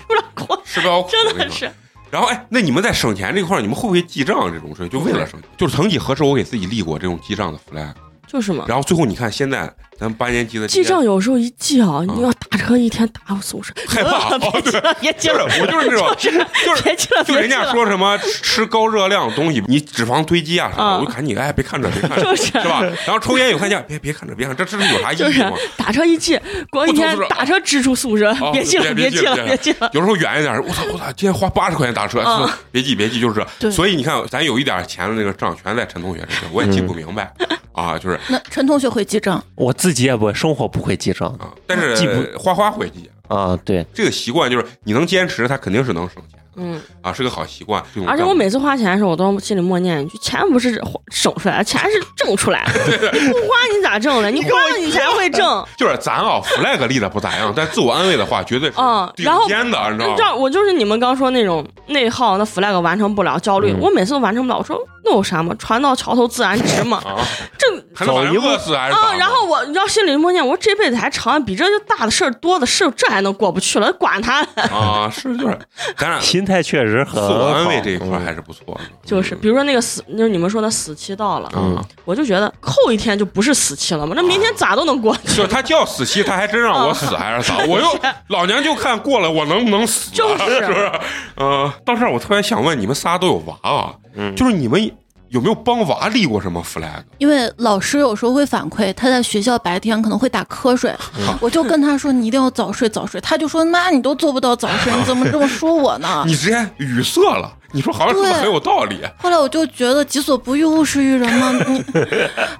不了苦，
吃不了苦，
(laughs) 真
我跟
的
你说
是。
然后哎，那你们在省钱这块儿，你们会不会记账这种事？就为了省，就是曾几何时，我给自己立过这种记账的 flag。啊
就是嘛。
然后最后你看现在咱们八年级的
记
这些
账有时候一记啊，
嗯
你要打车一天打我四五十，
害怕哦
别记了，
就是
别记了，
我就是那种，就是
(laughs) 别记了，
就
别
人
记
家
了
说什么吃吃高热量的东西，你脂肪堆积啊什么，
啊
我就看你，哎，别看这，别看这，
(laughs) 就是
是吧？然后抽烟有看见，别别看这，别看这，这这是有啥意
就是啊
义吗？
(laughs) 打车一记，光一天
哎不从不是哦
打车支出四五十，别记了，
别
哦别
记
记
了
了，
别
别记了。
有时候远一点，我操我操，今天花八十块钱打车，
嗯
别记别记，就是这。
对
所以你看，咱有一点钱的那个账全在陈同学这里，我也记
嗯
不明白啊，就是
那陈同学会记账，
我自己也不会，生活不会记账
啊，但
记
是
不
花花会记，
啊。对，
这个习惯就是你能坚持，他肯定是能省钱
嗯，
啊，是个好习惯。这种
而且
账
我每次花钱的时候，我都心里默念一句：钱不是花省出来的，钱是挣出来
(laughs)
的。你不花你咋挣的？你花了你才会挣。
就是咱啊，flag 立的不咋样，但自我安慰的话绝对是
嗯
顶
然后
尖的，你知
那
道
这
吗？
样，我就是你们刚说那种内耗，那 flag 完成不了，焦虑，
嗯
我每次都完成不了。我说那有啥嘛？船到桥头自然直嘛。
啊，
(laughs) 这
还能把人
走一步
饿死还是咋
啊、
的？
然后我你知道心里默念，我这辈子还长，比这大的事儿多的事儿，这还能过不去了？管他呢。
啊，是就是咱俩
心态确实很
自我安慰这一
好
块还是不错的，
就是比如说那个死，就是你们说的死期到了，
嗯啊，
我就觉得扣一天就不是死期了嘛，那明天咋都能过去。
(laughs) 就是他叫死期，他还真让我死还是咋？我又老娘就看过了，我能不能死啊？
就是
是不 (laughs) 是？呃，到这儿我特别想问你们仨都有娃啊，就是你们有没有帮娃立过什么 flag？
因为老师有时候会反馈，他在学校白天可能会打瞌睡，我就跟他说你一定要早睡早睡，他就说妈你都做不到早睡，你怎么这么说我呢？ (laughs)
你直接语塞了，你说好像说的
啊对
很有道理。
后来我就觉得己所不欲，勿施于人 (laughs) 嘛，你，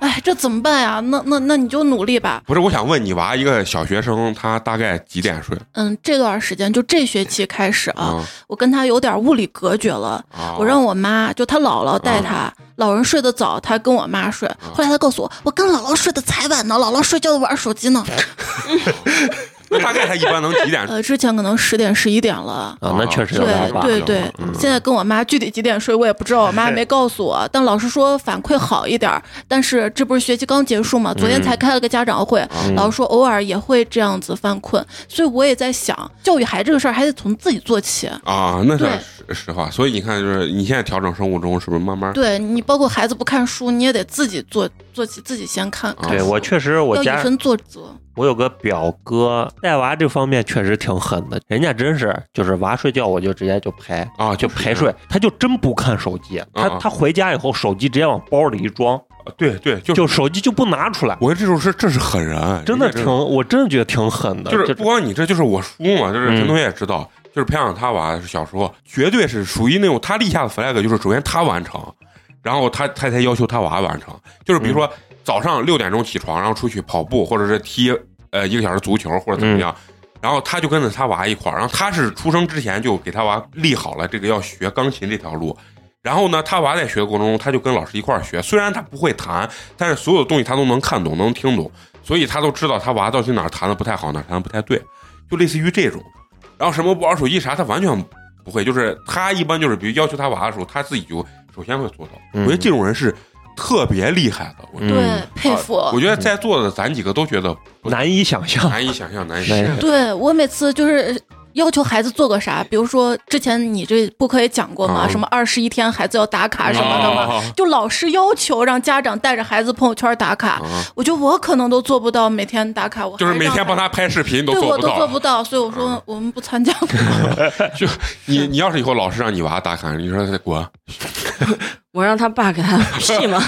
哎，这怎么办呀？那那那你就努力吧。
不是，我想问你娃一个小学生，他大概几点睡
嗯，这段时间就这学期开始啊，
啊？
我跟他有点物理隔绝了。
啊，
我让我妈就她姥姥带她，老人睡得早，她跟我妈睡。后来她告诉我，我跟姥姥睡得才晚呢，姥姥睡觉都玩手机呢。
那大概他一般能几点？
(laughs) 呃，之前可能十点十一点了。
啊，那确实
对
有点晚
对
了
对
嗯，
现在跟我妈具体几点睡我也不知道，我妈也没告诉我。但老师说反馈好一点儿，但是这不是学期刚结束嘛，昨
嗯
天才开了个家长会，老师说偶尔也会这样子犯困，所以我也在想，教育孩子这个事儿还得从自己做起。
啊，那是
对
实实话，所以你看，就是你现在调整生物钟，是不是慢慢？
对你，包括孩子不看书，你也得自己做做起，自己先看看
对
对
书。
我确实我
要以
家
身作则。
我有个表哥带娃这方面确实挺狠的，人家真是就是娃睡觉我就直接就陪。
啊，就
就
是
陪睡，他就真不看手机，他
啊
他回家以后手机直接往包里一装，
对对，就是
就手机就不拿出来，
我觉得这种事这是狠人，
真的
人家
挺，我真的觉得挺狠的，
就是不光你这，就是我叔嘛，就是
嗯
陈同学也知道，就是培养他娃小时候，绝对是属于那种他立下的 flag，就是首先他完成，然后他他才要求他娃完成，就是
嗯
比如说早上六点钟起床，然后出去跑步，或者是踢呃一个小时足球或者怎
嗯
么样。然后他就跟着他娃一块儿，然后他是出生之前就给他娃立好了这个要学钢琴这条路，然后呢，他娃在学的过程中，他就跟老师一块儿学，虽然他不会弹，但是所有的东西他都能看懂，能听懂，所以他都知道他娃到底哪儿弹的不太好，哪儿弹的不太对，就类似于这种。然后什么不玩手机啥，他完全不会，就是他一般就是比如要求他娃的时候，他自己就首先会做到。
嗯
我觉得这种人是特别厉害的，我觉得。
对，佩服。
啊
我觉得在座的咱几个都觉得不
难以
(laughs)
想象，
难以想象，难以想
难
象。
以想象
对我每次就是要求孩子做个啥，比如说之前你这播客也讲过
啊
嘛，
嗯
什么二十一天孩子要打卡什么的嘛，
啊
就老师要求让家长带着孩子朋友圈打卡，
啊
我觉得我可能都做不到每天打卡，我
就是
还
每天
让
帮他拍视频都
对
做
我
不
都
到，啊
做不到，所以我说我们不参加。
(laughs) 就你你要是以后老师让你娃打卡，你说他滚，
我让他爸给他屁
(laughs)
嘛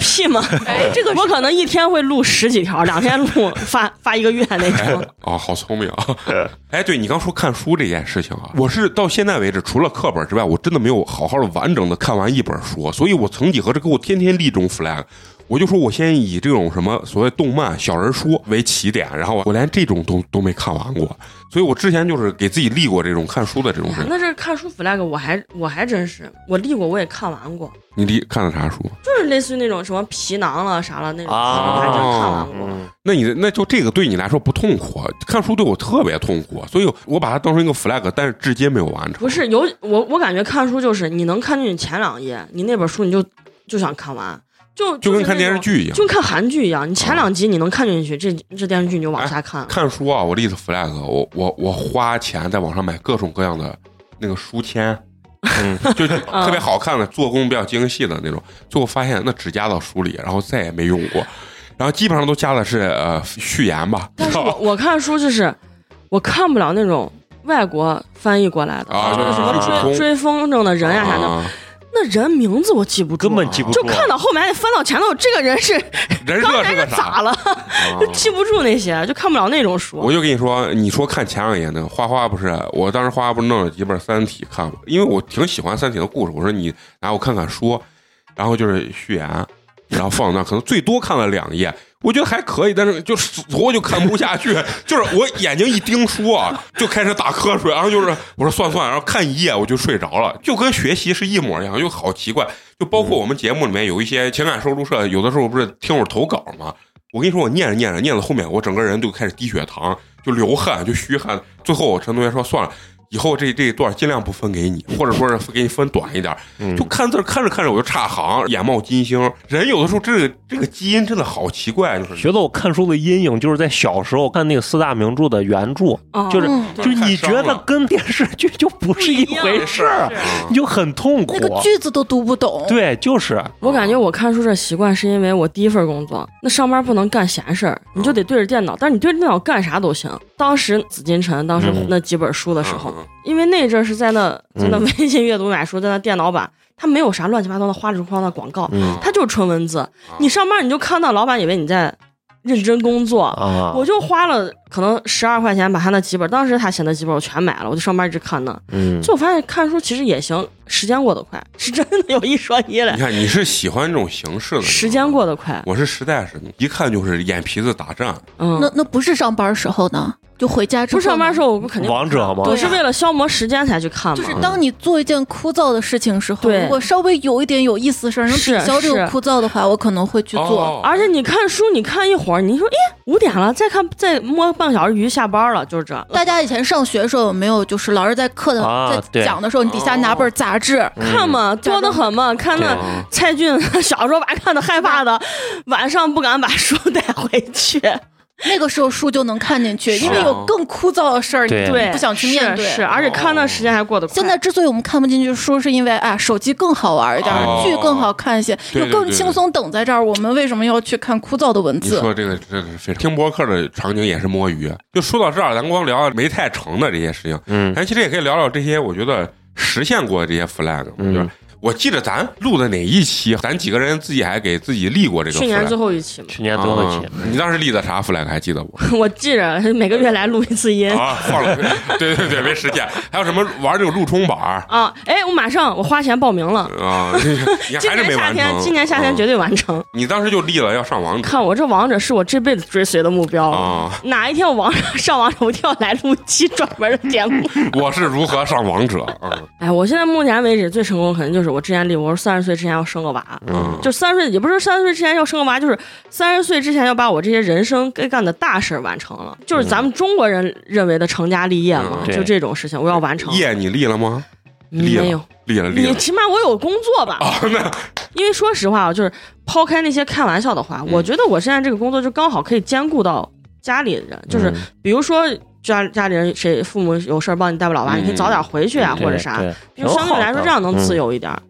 屁嘛，
哎，这个
我可能一天会录十几条，两天录发发一个月那种。
啊，好聪明啊！ (laughs) 哎，对你刚说看书这件事情啊，我是到现在为止，除了课本之外，我真的没有好好的完整的看完一本书，所以我曾几何时给我天天立这种 flag。我就说，我先以这种什么所谓动漫、小人书为起点，然后我连这种都都没看完过，所以我之前就是给自己立过这种看书的这种事。
哎那这看书 flag 我还我还真是我立过，我也看完过，
你立看了啥书？
就是类似于那种什么皮囊了啥了那种，
啊
我还真看完过。
嗯
那你那就这个对你来说不痛苦，啊看书对我特别痛苦，啊所以我把它当成一个 flag，但是至今没有完成。
不是有我，我感觉看书就是你能看进去前两页，你那本书你就就想看完，就
就跟看电视。
是那种
剧一样。
就跟看韩剧一样，你前两集你能看进去，这这电视剧你就往下看。
看书啊，我立的 flag，我我我花钱在网上买各种各样的那个书签，
嗯
就
(laughs)
就特别好看的，做工比较精细的那种。最后发现那只夹到书里，然后再也没用过。然后基本上都加的是呃序言吧，
但是我我看书就是我看不了那种外国翻译过来的，
啊
就是什么
啊
追追风筝的人呀啥的，
啊
那人名字我记不住，
根本记不住
就看到后面还得翻到前头，这个
(laughs)
人是
人
刚
设
才
是
是
个
咋
啥？
了，
啊
(laughs) 就记不住那些，就看不了那种
我
书。
就跟你说，你说看前两年那个花花不是，我当时花花不是弄了几本《三体》看吗？因为我挺喜欢《三体》的故事，我说你拿我看看书，然后就是序言，然后放那，可能最多看了两页，我觉得还可以，但是就是我就看不下去， (laughs) 就是我眼睛一盯书啊，就开始打瞌睡，然后就是我说算算，然后看一页我就睡着了，就跟学习是一模一样，就好奇怪。就包括我们节目里面有一些情感收录社，有的时候不是听友投稿吗？我跟你说，我念着念着念到后面，我整个人就开始低血糖，就流汗，就虚汗。最后我陈同学说：“算了，以后这这一段尽量不分给你，或者说是给你分短一点。”就看字儿看着看着我就差行，眼冒金星。人有的时候这个这个基因真的好奇怪，就是
觉得我看书的阴影就是在小时候看那个四大名著的原著，
啊
就是
嗯
就你觉得跟电视剧就不是一回事儿，你就很痛苦
那。个句子都读不懂。
对，就是
我感觉我看书这习惯是因为我第一份工作，那上班不能干闲事儿，你就得
嗯
对着电脑，但是你对着电脑干啥都行。当时紫禁城，当时
嗯
那几本书的时候，
嗯
因为那阵儿是在那在那
嗯
微信阅读买书，在那电脑版，它没有啥乱七八糟的花里胡哨的广告，
嗯
它就是纯文
啊
字。你上班你就看到老板以为你在认真工作，
啊，
我就花了可能十二块钱把他那几本，当时他写那几本我全买了，我就上班一直看呢。
嗯
就我发现看书其实也行，时间过得快，是真的有一说
(laughs)
一嘞
你，看你是喜欢这种形式的，
时间过得快，
我是实在是一看就是眼皮子打颤，
嗯。
那那不是上班时候呢，就回家之
不
后。
上班时。候我不肯定
王者嘛，
我
对啊
是为了消磨时间才去看
就
嘛
是。当你做一件枯燥的事情时候，
对
如果稍微有一点有意思的事儿能
是
抵消这个
是
枯燥的话，我可能会去做。
哦
而且你看书，你看一会儿，你说，哎，五点了，再看再摸半个小时鱼，下班了，就是这。
大家以前上学的时候有没有就是老师在课堂、
啊对
在讲的时候，你底
哦
下拿本杂志，
嗯
看
嗯
嘛，多得很嘛。看那
啊
对
蔡骏 (laughs) 小时候把看的害
(laughs)
怕的，晚上不敢把书带回去。
(laughs) 那个时候书就能看进去，
是
因为有更枯燥的事儿，
对
你
对，
不想去面对
是，是而且看那时间还过得快。
哦现在之所以我们看不进去书，是因为啊，手机更好玩一点，
哦
剧更好看一些，
对对
又更轻松等在这儿。我们为什么要去看枯燥的文
你
字？
说这个这个是非常听播客的场景也是摸鱼。啊就说到这儿，咱光聊没太成的这些事情，
嗯
咱其实也可以聊聊这些我觉得实现过的这些 flag。我觉得
嗯
我记得咱录的哪一期，咱几个人自己还给自己立过这个 flag。
去年最后一期嘛，
去年多了
啊
起，
你当时立的啥 flag 还记得不？
(laughs) 我记着每个月来录一次音
啊，忘了， (laughs) 对对对，没实现。还有什么玩那种路冲板儿
啊。哎，我马上我花钱报名了，
啊？ (laughs) 你
今
还是
年
没
夏
完
天
成。
今年夏天绝
啊
对完成。
你当时就立了要上王者
看我这王者是我这辈子追随的目标。
啊！
哪一天我王者上王者，我一定要来录一期专门的节 (laughs) 目。
我是如何上王者？嗯
哎，我现在目前为止最成功，肯定就是我之前立，我说三十岁之前要生个娃，
嗯，
就三十岁也不是三十岁之前要生个娃，就是三十岁之前要把我这些人生该干的大事儿完成了，就是咱们中国人认为的成家立业嘛，
嗯
对
就这种事情我要完成。
夜嗯你立了吗？立了
没有，
立了，立
你
了。
起码我有工
(laughs)
作吧？
啊，那
因为说实话啊，就是抛开那些开玩笑的话，
嗯
我觉得我现在这个工作就刚好可以兼顾到家里人，就是
嗯
比如说家家里人谁父母有事儿帮你带不了娃，
嗯
你可以早点回去啊，或者啥，，
对
就相对来说这样能自。由一点儿。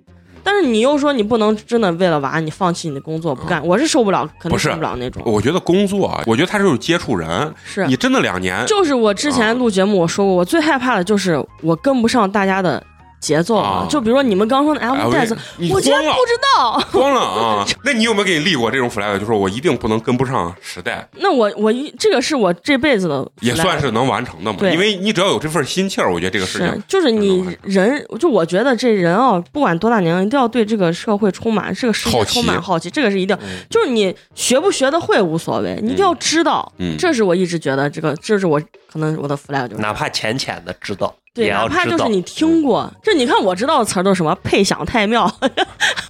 但是你又说你不能真的为了娃你放弃你的工作不干，我是受不了，肯定
嗯不是
受不了那种。
我觉得工作，啊，我觉得他就是接触人。
是
你，真的两年
就是我之
啊
前录节目我说过，我最害怕的就是我跟不上大家的节奏
啊
了。就比如说你们刚说的，哎，我们带子，
你
我
慌
今天
了
不，知道。 (laughs)
慌了啊！那你有没有给你立过这种 flag？就说我一定不能跟不上时代，
那我我一这个是我这辈子的
也算是能完成的嘛。
对
因为你只要有这份心气儿，我觉得这个事
是
情，
就
真
是
的
你人，就我觉得这人啊，不管多大年龄，一定要对这个社会充满这个世
好
界
奇嗯
充满好奇，这个是一定。就是你学不学得会无所谓，你一定要知道。
嗯
这是我一直觉得这个，这是我可能我的 flag 就
(laughs)
是。
哪怕浅浅的知道，
对，
也
哪
要
怕
知
就
道嗯
是。你听过，这你看我知道的词儿都是什么配享太庙。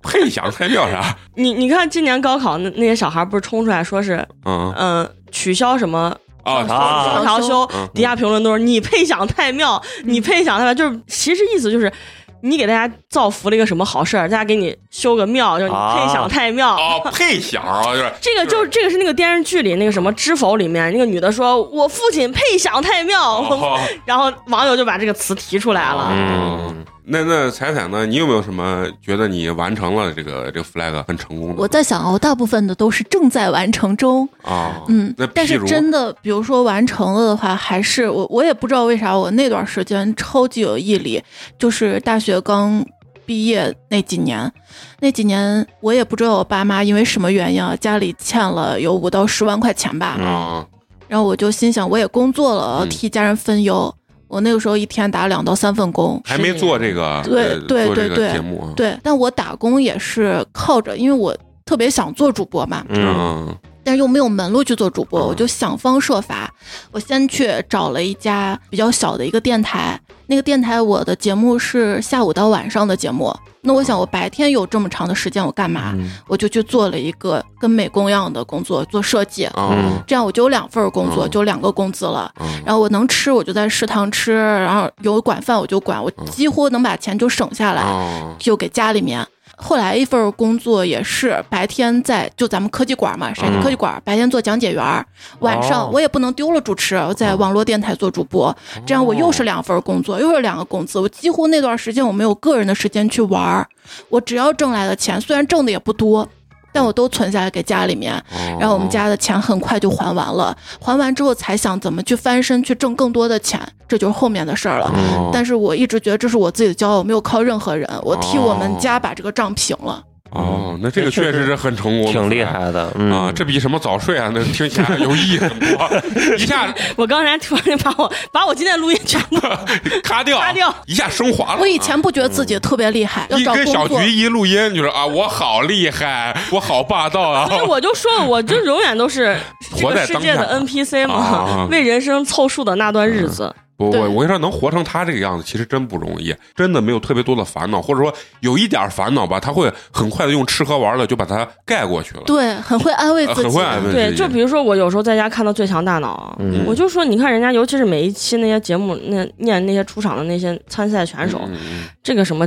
配享太妙
(laughs)
啥？
你你看今年高考那那些小孩不是冲出来说是
嗯
嗯、呃取消什么
啊，
啊
双调休
嗯，
底下评论都是你配享太妙，你配享太妙，就是其实意思就是。你给大家造福了一个什么好事儿？大家给你修个庙，就是你配享太妙。
哦，配享啊，就是
这个就是这个是那个电视剧里那个什么《知否》里面那个女的说：“我父亲配享太妙。 (laughs)
哦
然后网友就把这个词提出来了。
嗯，那那彩彩呢？你有没有什么觉得你完成了这个这个 flag 很成功的？
我在想啊，我大部分的都是正在完成中，
啊，
嗯
那，
但
譬
是
如
真的，比如说完成了的话，还是我我也不知道为啥，我那段时间超级有毅力，就是大学刚毕业那几年，那几年我也不知道我爸妈因为什么原因啊，家里欠了有五到十万块钱吧，
啊，
然后我就心想，我也工作了，
嗯
替家人分忧，我那个时候一天打两到三份工，
还没做这个
对
呃
对
做这
对
个
对
节目啊，
对，但我打工也是靠着，因为我特别想做主播嘛，
嗯
但是又没有门路去做主播，
嗯
我就想方设法。我先去找了一家比较小的一个电台，那个电台我的节目是下午到晚上的节目。那我想，我白天有这么长的时间，我干嘛？
嗯
我就去做了一个跟美工一样的工作，做设计。
嗯
啊
这样我就有两份工作，
嗯
就两个工资了。
啊，
然后我能吃，我就在食堂吃；然后有管饭我就管，我
嗯
几乎能把钱就省下来。
啊
就给家里面。后来一份工作也是白天在就咱们科技馆嘛，陕西科技馆，白天做讲解员儿，晚上我也不能丢了主持，我在网络电台做主播，这样我又是两份工作，又是两个工资，我几乎那段时间我没有个人的时间去玩儿，我只要挣来的钱，虽然挣的也不多，但我都存下来给家里
哦
面，然后我们家的钱很快就还完了，还完之后才想怎么去翻身去挣更多的钱，这就是后面的事儿了。
哦，
但是我一直觉得这是我自己的骄傲，我没有靠任何人，我替我们家把这个账平了。
哦，那这个确实是很成功，
挺厉。害的，嗯
啊，这比什么早睡啊，那听起来有意义很
(laughs)
多，一下
我刚才突然把我把我今天的录音全
(laughs)
部
咔掉，
咔掉，
一下升华了。嗯
我以前不觉得自己特别厉害，要
一
找
跟小
工作
菊。一录音，就是啊，我好厉害， (laughs) 我好霸道啊
不！是，我就说，我就永远都是这
活
个
在
世界
当下
的 NPC
啊
嘛，为人生凑数的那段日子。
我
对
我我跟你说，能活成他这个样子，其实真不容易，真的没有特别多的烦恼，或者说有一点烦恼吧，他会很快的用吃喝玩乐就把它盖过去了。
对，很会安慰自己。
很会安慰
对，
嗯是
就比如说我有时候在家看到《最强大脑》啊
嗯
我就说，你看人家，尤其是每一期那些节目，那念那些出场的那些参赛选手，
嗯嗯
这个什么。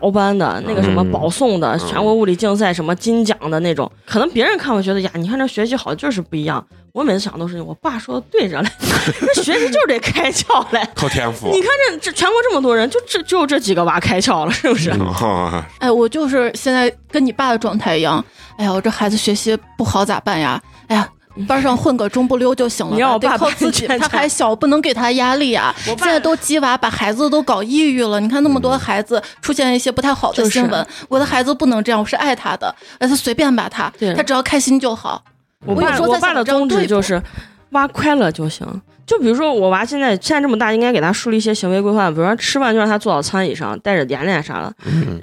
摇班的那个什么保送
嗯
的、全国物理竞赛什么金奖的那种，可能别人看会觉得呀，你看这学习好就是不一样。我每次想都是我爸说的对着嘞， (laughs) 这学习就是得开窍嘞。
靠天赋
你看这这全国这么多人，就这就这几个娃开窍了，是不是？
啊！
哎，我就是现在跟你爸的状态一样。哎呀，我这孩子学习不好咋办呀？哎呀。班上混个中不溜就行了吧，
你让我爸
得靠
把你
自己。
劝
他
劝
还小，不能给他压力啊！
我
现
爸
在都鸡娃把孩子都搞抑郁了。你看那么多孩子出现一些不太好的
就是
新闻，我的孩子不能这样，我是爱他的，哎，他随便吧他
对，
他只要开心就好。
我
我有
爸
时候
我
在
爸
想
的
这样
宗
对
旨
不
就是挖快乐就行。就比如说我娃现在现在这么大，应该给他树立一些行为规范，比如说吃饭就让他坐到餐椅上，带着点点啥的。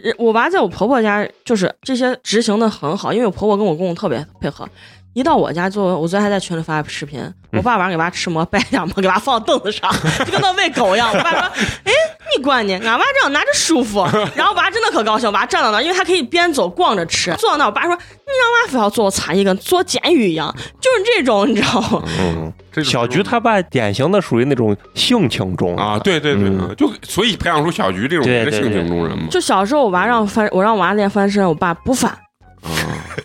人我娃在我婆婆家就是这些执行的很好，因为我婆婆跟我公公特别配合。一到我家就，我昨天还在群里发视频，我爸晚上给娃吃馍，掰点馍给娃放凳子上， (laughs) 就跟那喂狗一样。我爸说：“哎，你管你，俺娃这样拿着舒服。”然后娃真的可高兴，娃站到那儿，因为他可以边走逛着吃，坐到那儿。我爸说：“你让娃非要坐我餐椅，跟坐监狱一样。”就是这种，你知道吗？
嗯，
这就是
小菊她爸典型的属于那种性情中人
啊，，对对对，
嗯
就所以培养出小菊这种
对
性
对
情中人嘛。
就小时候我娃让翻，我让我娃练翻身，我爸不翻，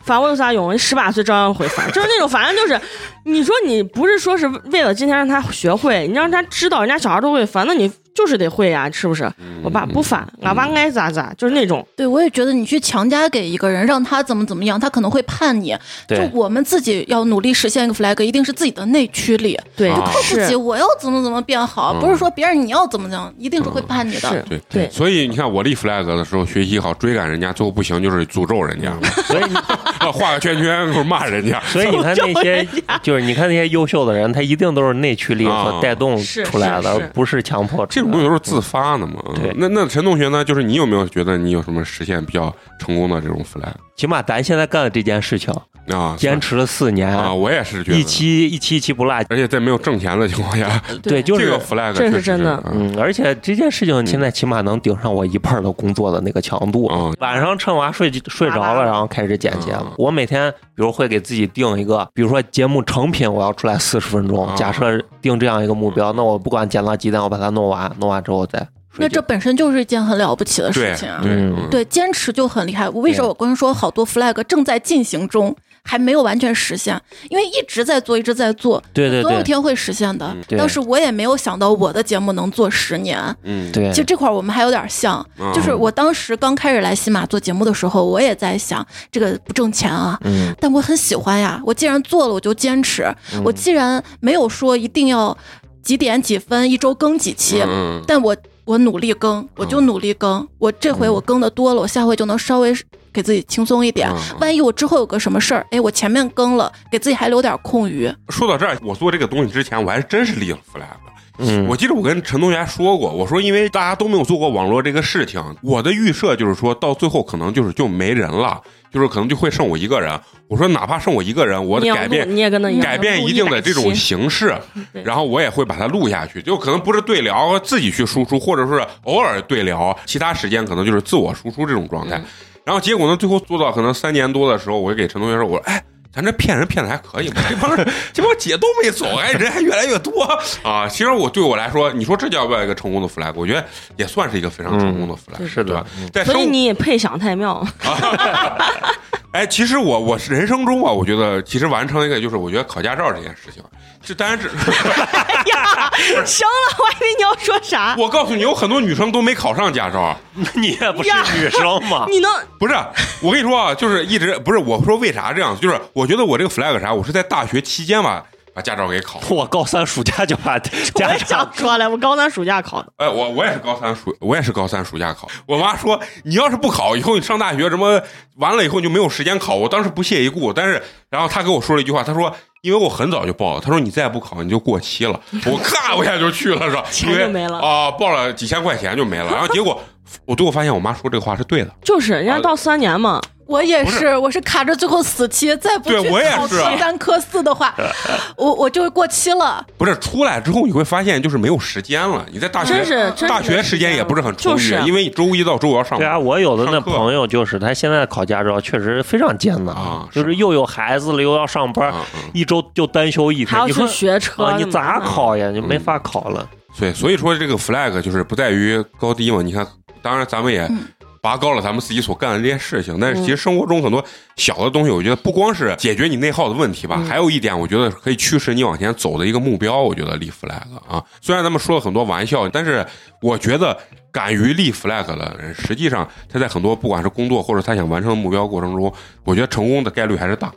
反我有啥用？十八岁照样会反，就是那种，反正就是，你说你不是说是为了今天让他学会，你让他知道人家小孩都会翻，那你就是得会呀、是不是？我爸不翻，俺爸爱咋咋，就是那种。
对，我也觉得你去强加给一个人，让他怎么怎么样，他可能会叛逆。就
对
我们自己要努力实现一个 flag，一定是自己的内驱力，
对，
啊
靠自己，
是
我要怎么怎么变好，不是说别人你要怎么怎么样，一定是会叛逆的。
对
对
所以你看我立 flag 的时候，学习好追赶人家，最后不行就是诅咒人家，
所
(laughs)
以你
(laughs) 啊画个圈圈就是骂人家。
所以你看那些
人家
就是你看那些优秀的人，他一定都是内驱力
啊
所带动
是
出来的，
是是
而不是强迫出
这
来
种
的。
东西都是自发的嘛。
对
那那陈同学呢？就是你有没有觉得你有什么实现比较成功的这种 flag
起码咱现在干的这件事情，
啊？
坚持了四年，
啊，我也是觉得
一，期一期一期不落。
而且在没有挣钱的情况下，
对，就
这
是
个 flag
这是
确实
真的
啊
嗯，而且这件事情现在起码能顶上我一半的工作的那个强度。
啊
晚上趁娃睡睡着了，然后开始剪节目
嗯。
我每天比如会给自己定一个，比如说节目成品我要出来四十分钟
嗯，
假设定这样一个目标，那我不管剪到几点，我把它弄完，弄完之后我再睡
那这
觉。
本身就是一件很了不起的
对
事情啊！
对
嗯
嗯
对，坚持就很厉害。为什么我跟你说好多 flag 正在进行中？还没有完全实现，因为一直在做，一直在做，
对对
总有一
对
天会实现的。
嗯
对
但是我也没有想到我的节目能做十年。
嗯，
对，
其实这块儿我们还有点像，
嗯
就是我当时刚开始来喜马做节目的时候，我也在想这个不挣钱啊，
嗯
但我很喜欢呀。我既然做了，我就坚持。
嗯
我既然没有说一定要几点几分一周更几期，
嗯，
但我我努力更，我就努力更。我这回我更的多了，我下回就能稍微给自己轻松一点。
嗯
万一我之后有个什么事儿，哎，我前面更了，给自己还留点空余。
说到这儿，我做这个东西之前，我还真是立了 flag 了。
嗯，
我记得我跟陈同学还说过，我说因为大家都没有做过网络这个事情，我的预设就是说到最后可能就是就没人了，就是可能就会剩我一个人。我说哪怕剩我一个人，我
你
得
要
改
录
变
你也跟他一样
改变一定的这
录
种
100期
形式，
(laughs) 对
然后我也会把它录下去，就可能不是对聊，自己去输出，或者是偶尔对聊，其他时间可能就是自我输出这种状态。
嗯
然后结果呢，最后做到可能三年多的时候，我就给陈同学说，我说哎。咱这骗人骗的还可以嘛？这帮人这帮姐都没走，哎，人还越来越多啊！其实我对我来说，你说这叫不叫一个成功的 flag？我觉得也算是一个非常成功的 flag，、
对
嗯是
对
的
吧，？在
所以
生
你也配享
(laughs)
太
(laughs)
妙，
哎，其实我我是人生中啊，我觉得其实完成一个就是我觉得考驾照这件事情，这当然是
哎呀，行了，我还以为你要说啥，
我告诉你，有很多女生都没考上驾照。
(laughs) 你也不是女生嘛，
你能
不是，我跟你说啊，就是一直不是我说为啥这样，就是我觉得我这个 flag 啥，我是在大学期间吧把驾照给考。
我高三暑假就把
(laughs) 我
家
也
长
想说来，我高三暑假考的，
哎，我我也是高三暑，我也是高三暑假考。我妈说，你要是不考，以后你上大学什么完了以后你就没有时间考。我当时不屑一顾，但是然后她给我说了一句话，她说。因为我很早就报了，她说你再不考你就过期了，我咔我一下就去了，是吧？
钱
因为
就没了
啊、报了几千块钱就没了。然后结果我最后发现我妈说这话是对的，
就是人家到三年嘛，
我也
不
是，
是
我是卡着最后死期，再不
对
去
我也
考
是啊
科三科四
(laughs)
的话，我我就过期了。
不是出来之后，你会发现就是没有时间了。你在啊大学
真是真是
大学时间也不是很充裕，
就是啊
因为你周一到周五要上
对
班。
啊，我有的那
上课
朋友就是他现在考驾照确实非常艰难，
啊是
就是又有孩子了，又要上班，
啊嗯
一周就单休一
还
天，
要
你
去
说
学嗯车
啊，
什么的，
你咋考呀？你没法考了。
所以所以说这个 flag 就是不在于高低嘛。你看，当然咱们也
嗯
拔高了咱们自己所干的这些事情，但是其实生活中很多小的东西，我觉得不光是解决你内耗的问题吧，还有一点我觉得可以驱使你往前走的一个目标，我觉得立 flag 啊。虽然咱们说了很多玩笑，但是我觉得敢于立 flag 的人，实际上他在很多不管是工作或者他想完成的目标过程中，我觉得成功的概率还是大。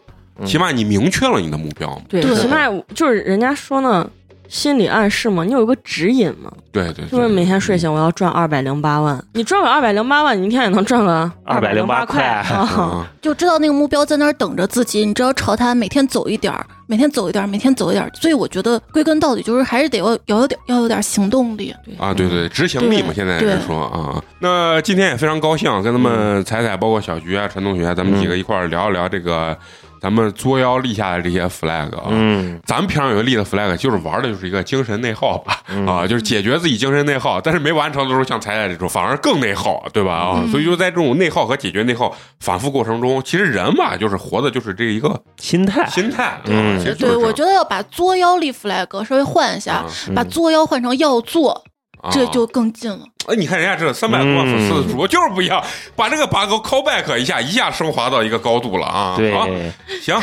起码你明确了你的目标嘛，
对，
对
起码就是人家说呢，心理暗示嘛，你有个指引嘛，
对对，对
就是每天睡醒我要赚二百零八万，你赚个二百零八万，你一天也能赚个
208
块
块
啊。
啊，
就知道那个目标在那儿等着自己，你只要朝它每天走一点儿，每天走一点儿，每天走一点儿。所以我觉得归根到底就是还是得要要有点要有点行动力。
啊，对对，执行力嘛，
嗯对嗯
现在是说啊。那今天也非常高兴，跟他们彩彩、包括小菊啊、陈同学，咱们几个一块儿聊一聊这个咱们作妖立下的这些 flag 啊。
嗯，
咱们平常有立的 flag，就是玩的就是一个精神内耗吧，
嗯
啊，就是解决自己精神内耗，但是没完成的时候，像彩彩这种反而更内耗，对吧？啊，
嗯
所以就在这种内耗和解决内耗反复过程中，其实人嘛，就是活的就是这一个
心态
心态，
嗯
啊、其实就是
对，
这样
我觉得要把作妖立 flag 稍微换一下，把作妖换成要做，
啊
这就更近了。
哎，你看人家这三百多万粉丝的主播就是不一样，把这个拔高 callback 一下，一下升华到一个高度了啊！
对
好， (laughs) 行，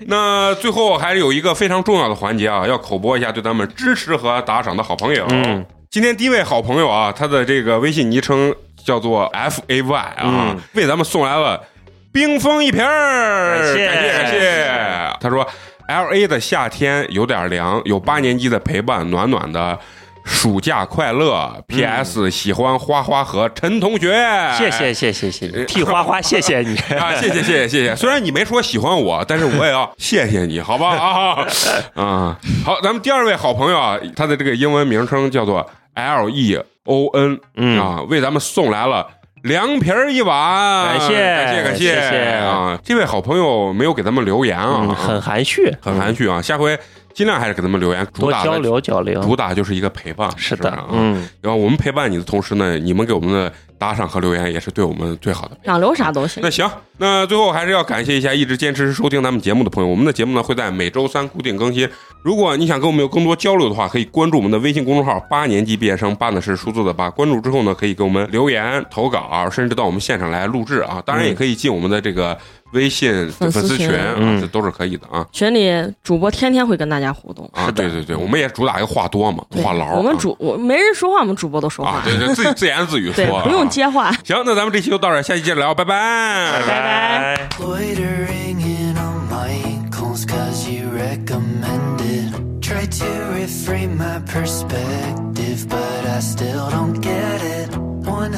那最后还是有一个非常重要的环节啊，要口播一下对咱们支持和打赏的好朋友。
嗯
今天第一位好朋友啊，他的这个微信昵称叫做 F A Y 啊，
嗯
为咱们送来了冰封一瓶儿，
感谢
感谢感谢。他说，L A 的夏天有点凉，有八年级的陪伴，暖暖的。暑假快乐！P.S. 喜欢花花和陈同学，
嗯谢谢
哎
谢谢谢谢，替花花谢谢
(laughs)
你。
啊，谢谢谢谢谢谢。虽然你没说喜欢我，但是我也
(laughs)
要谢谢你，好吧啊啊、好，咱们第二位好朋友啊，他的这个英文名称叫做 L E O N，、
嗯
啊，为咱们送来了。凉皮儿一碗，
感谢
感谢感谢
谢谢
啊！这位好朋友没有给咱们留言啊，
嗯，很含蓄，
很含蓄啊，下回尽量还是给咱们留言，主
多
打的
交流交流。
主打就是一个陪伴，
是
不
的
啊，
嗯，
然后我们陪伴你的同时呢，你们给我们的打赏和留言也是对我们最好的。
想留啥都行
那。行，那最后还是要感谢一下一直坚持收听咱们节目的朋友。我们的节目呢会在每周三固定更新。如果你想跟我们有更多交流的话，可以关注我们的微信公众号“八年级毕业生”，八呢是数字的八。关注之后呢，可以给我们留言、投稿，甚至到我们现场来录制啊。当然，也可以进我们的这个微信粉
粉丝
丝群
群
啊
嗯，
这都是可以的啊。
群里主播天天会跟大家互动，
啊，
是的
对对对，我们也主打一个话多嘛，
对
话痨啊。
我们主我没人说话，我们主播都说
啊
话，，
对对，自己自言自语说
对，
啊，
不用接话。
行，那咱们这期就到这儿，下期接着聊，拜拜
拜拜。
Loitering in on my ankles cause you recommended. Try to reframe my perspective, but I still don't get it. 120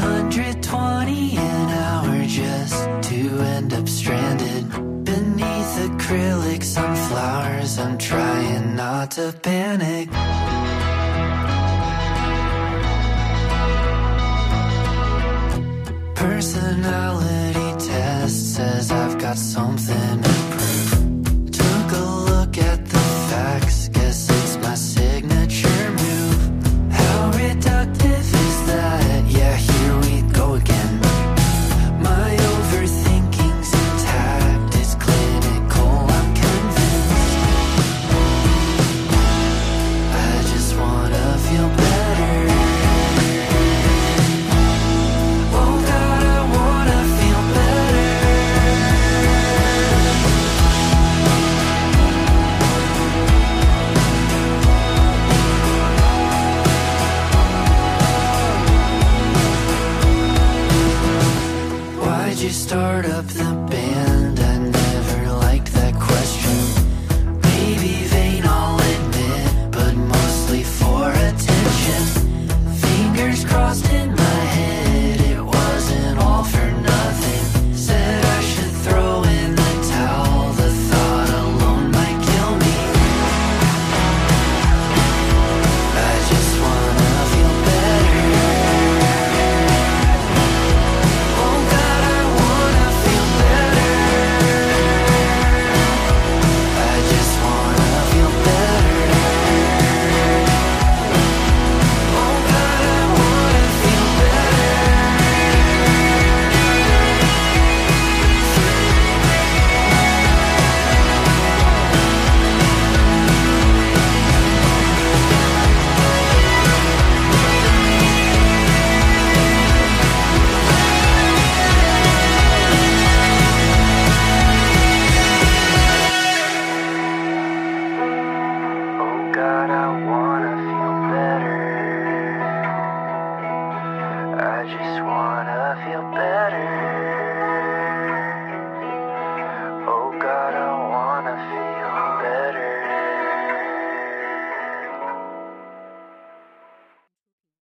an hour just to end up stranded. Beneath acrylics on flowers, I'm trying not to panic. Oh, Oh,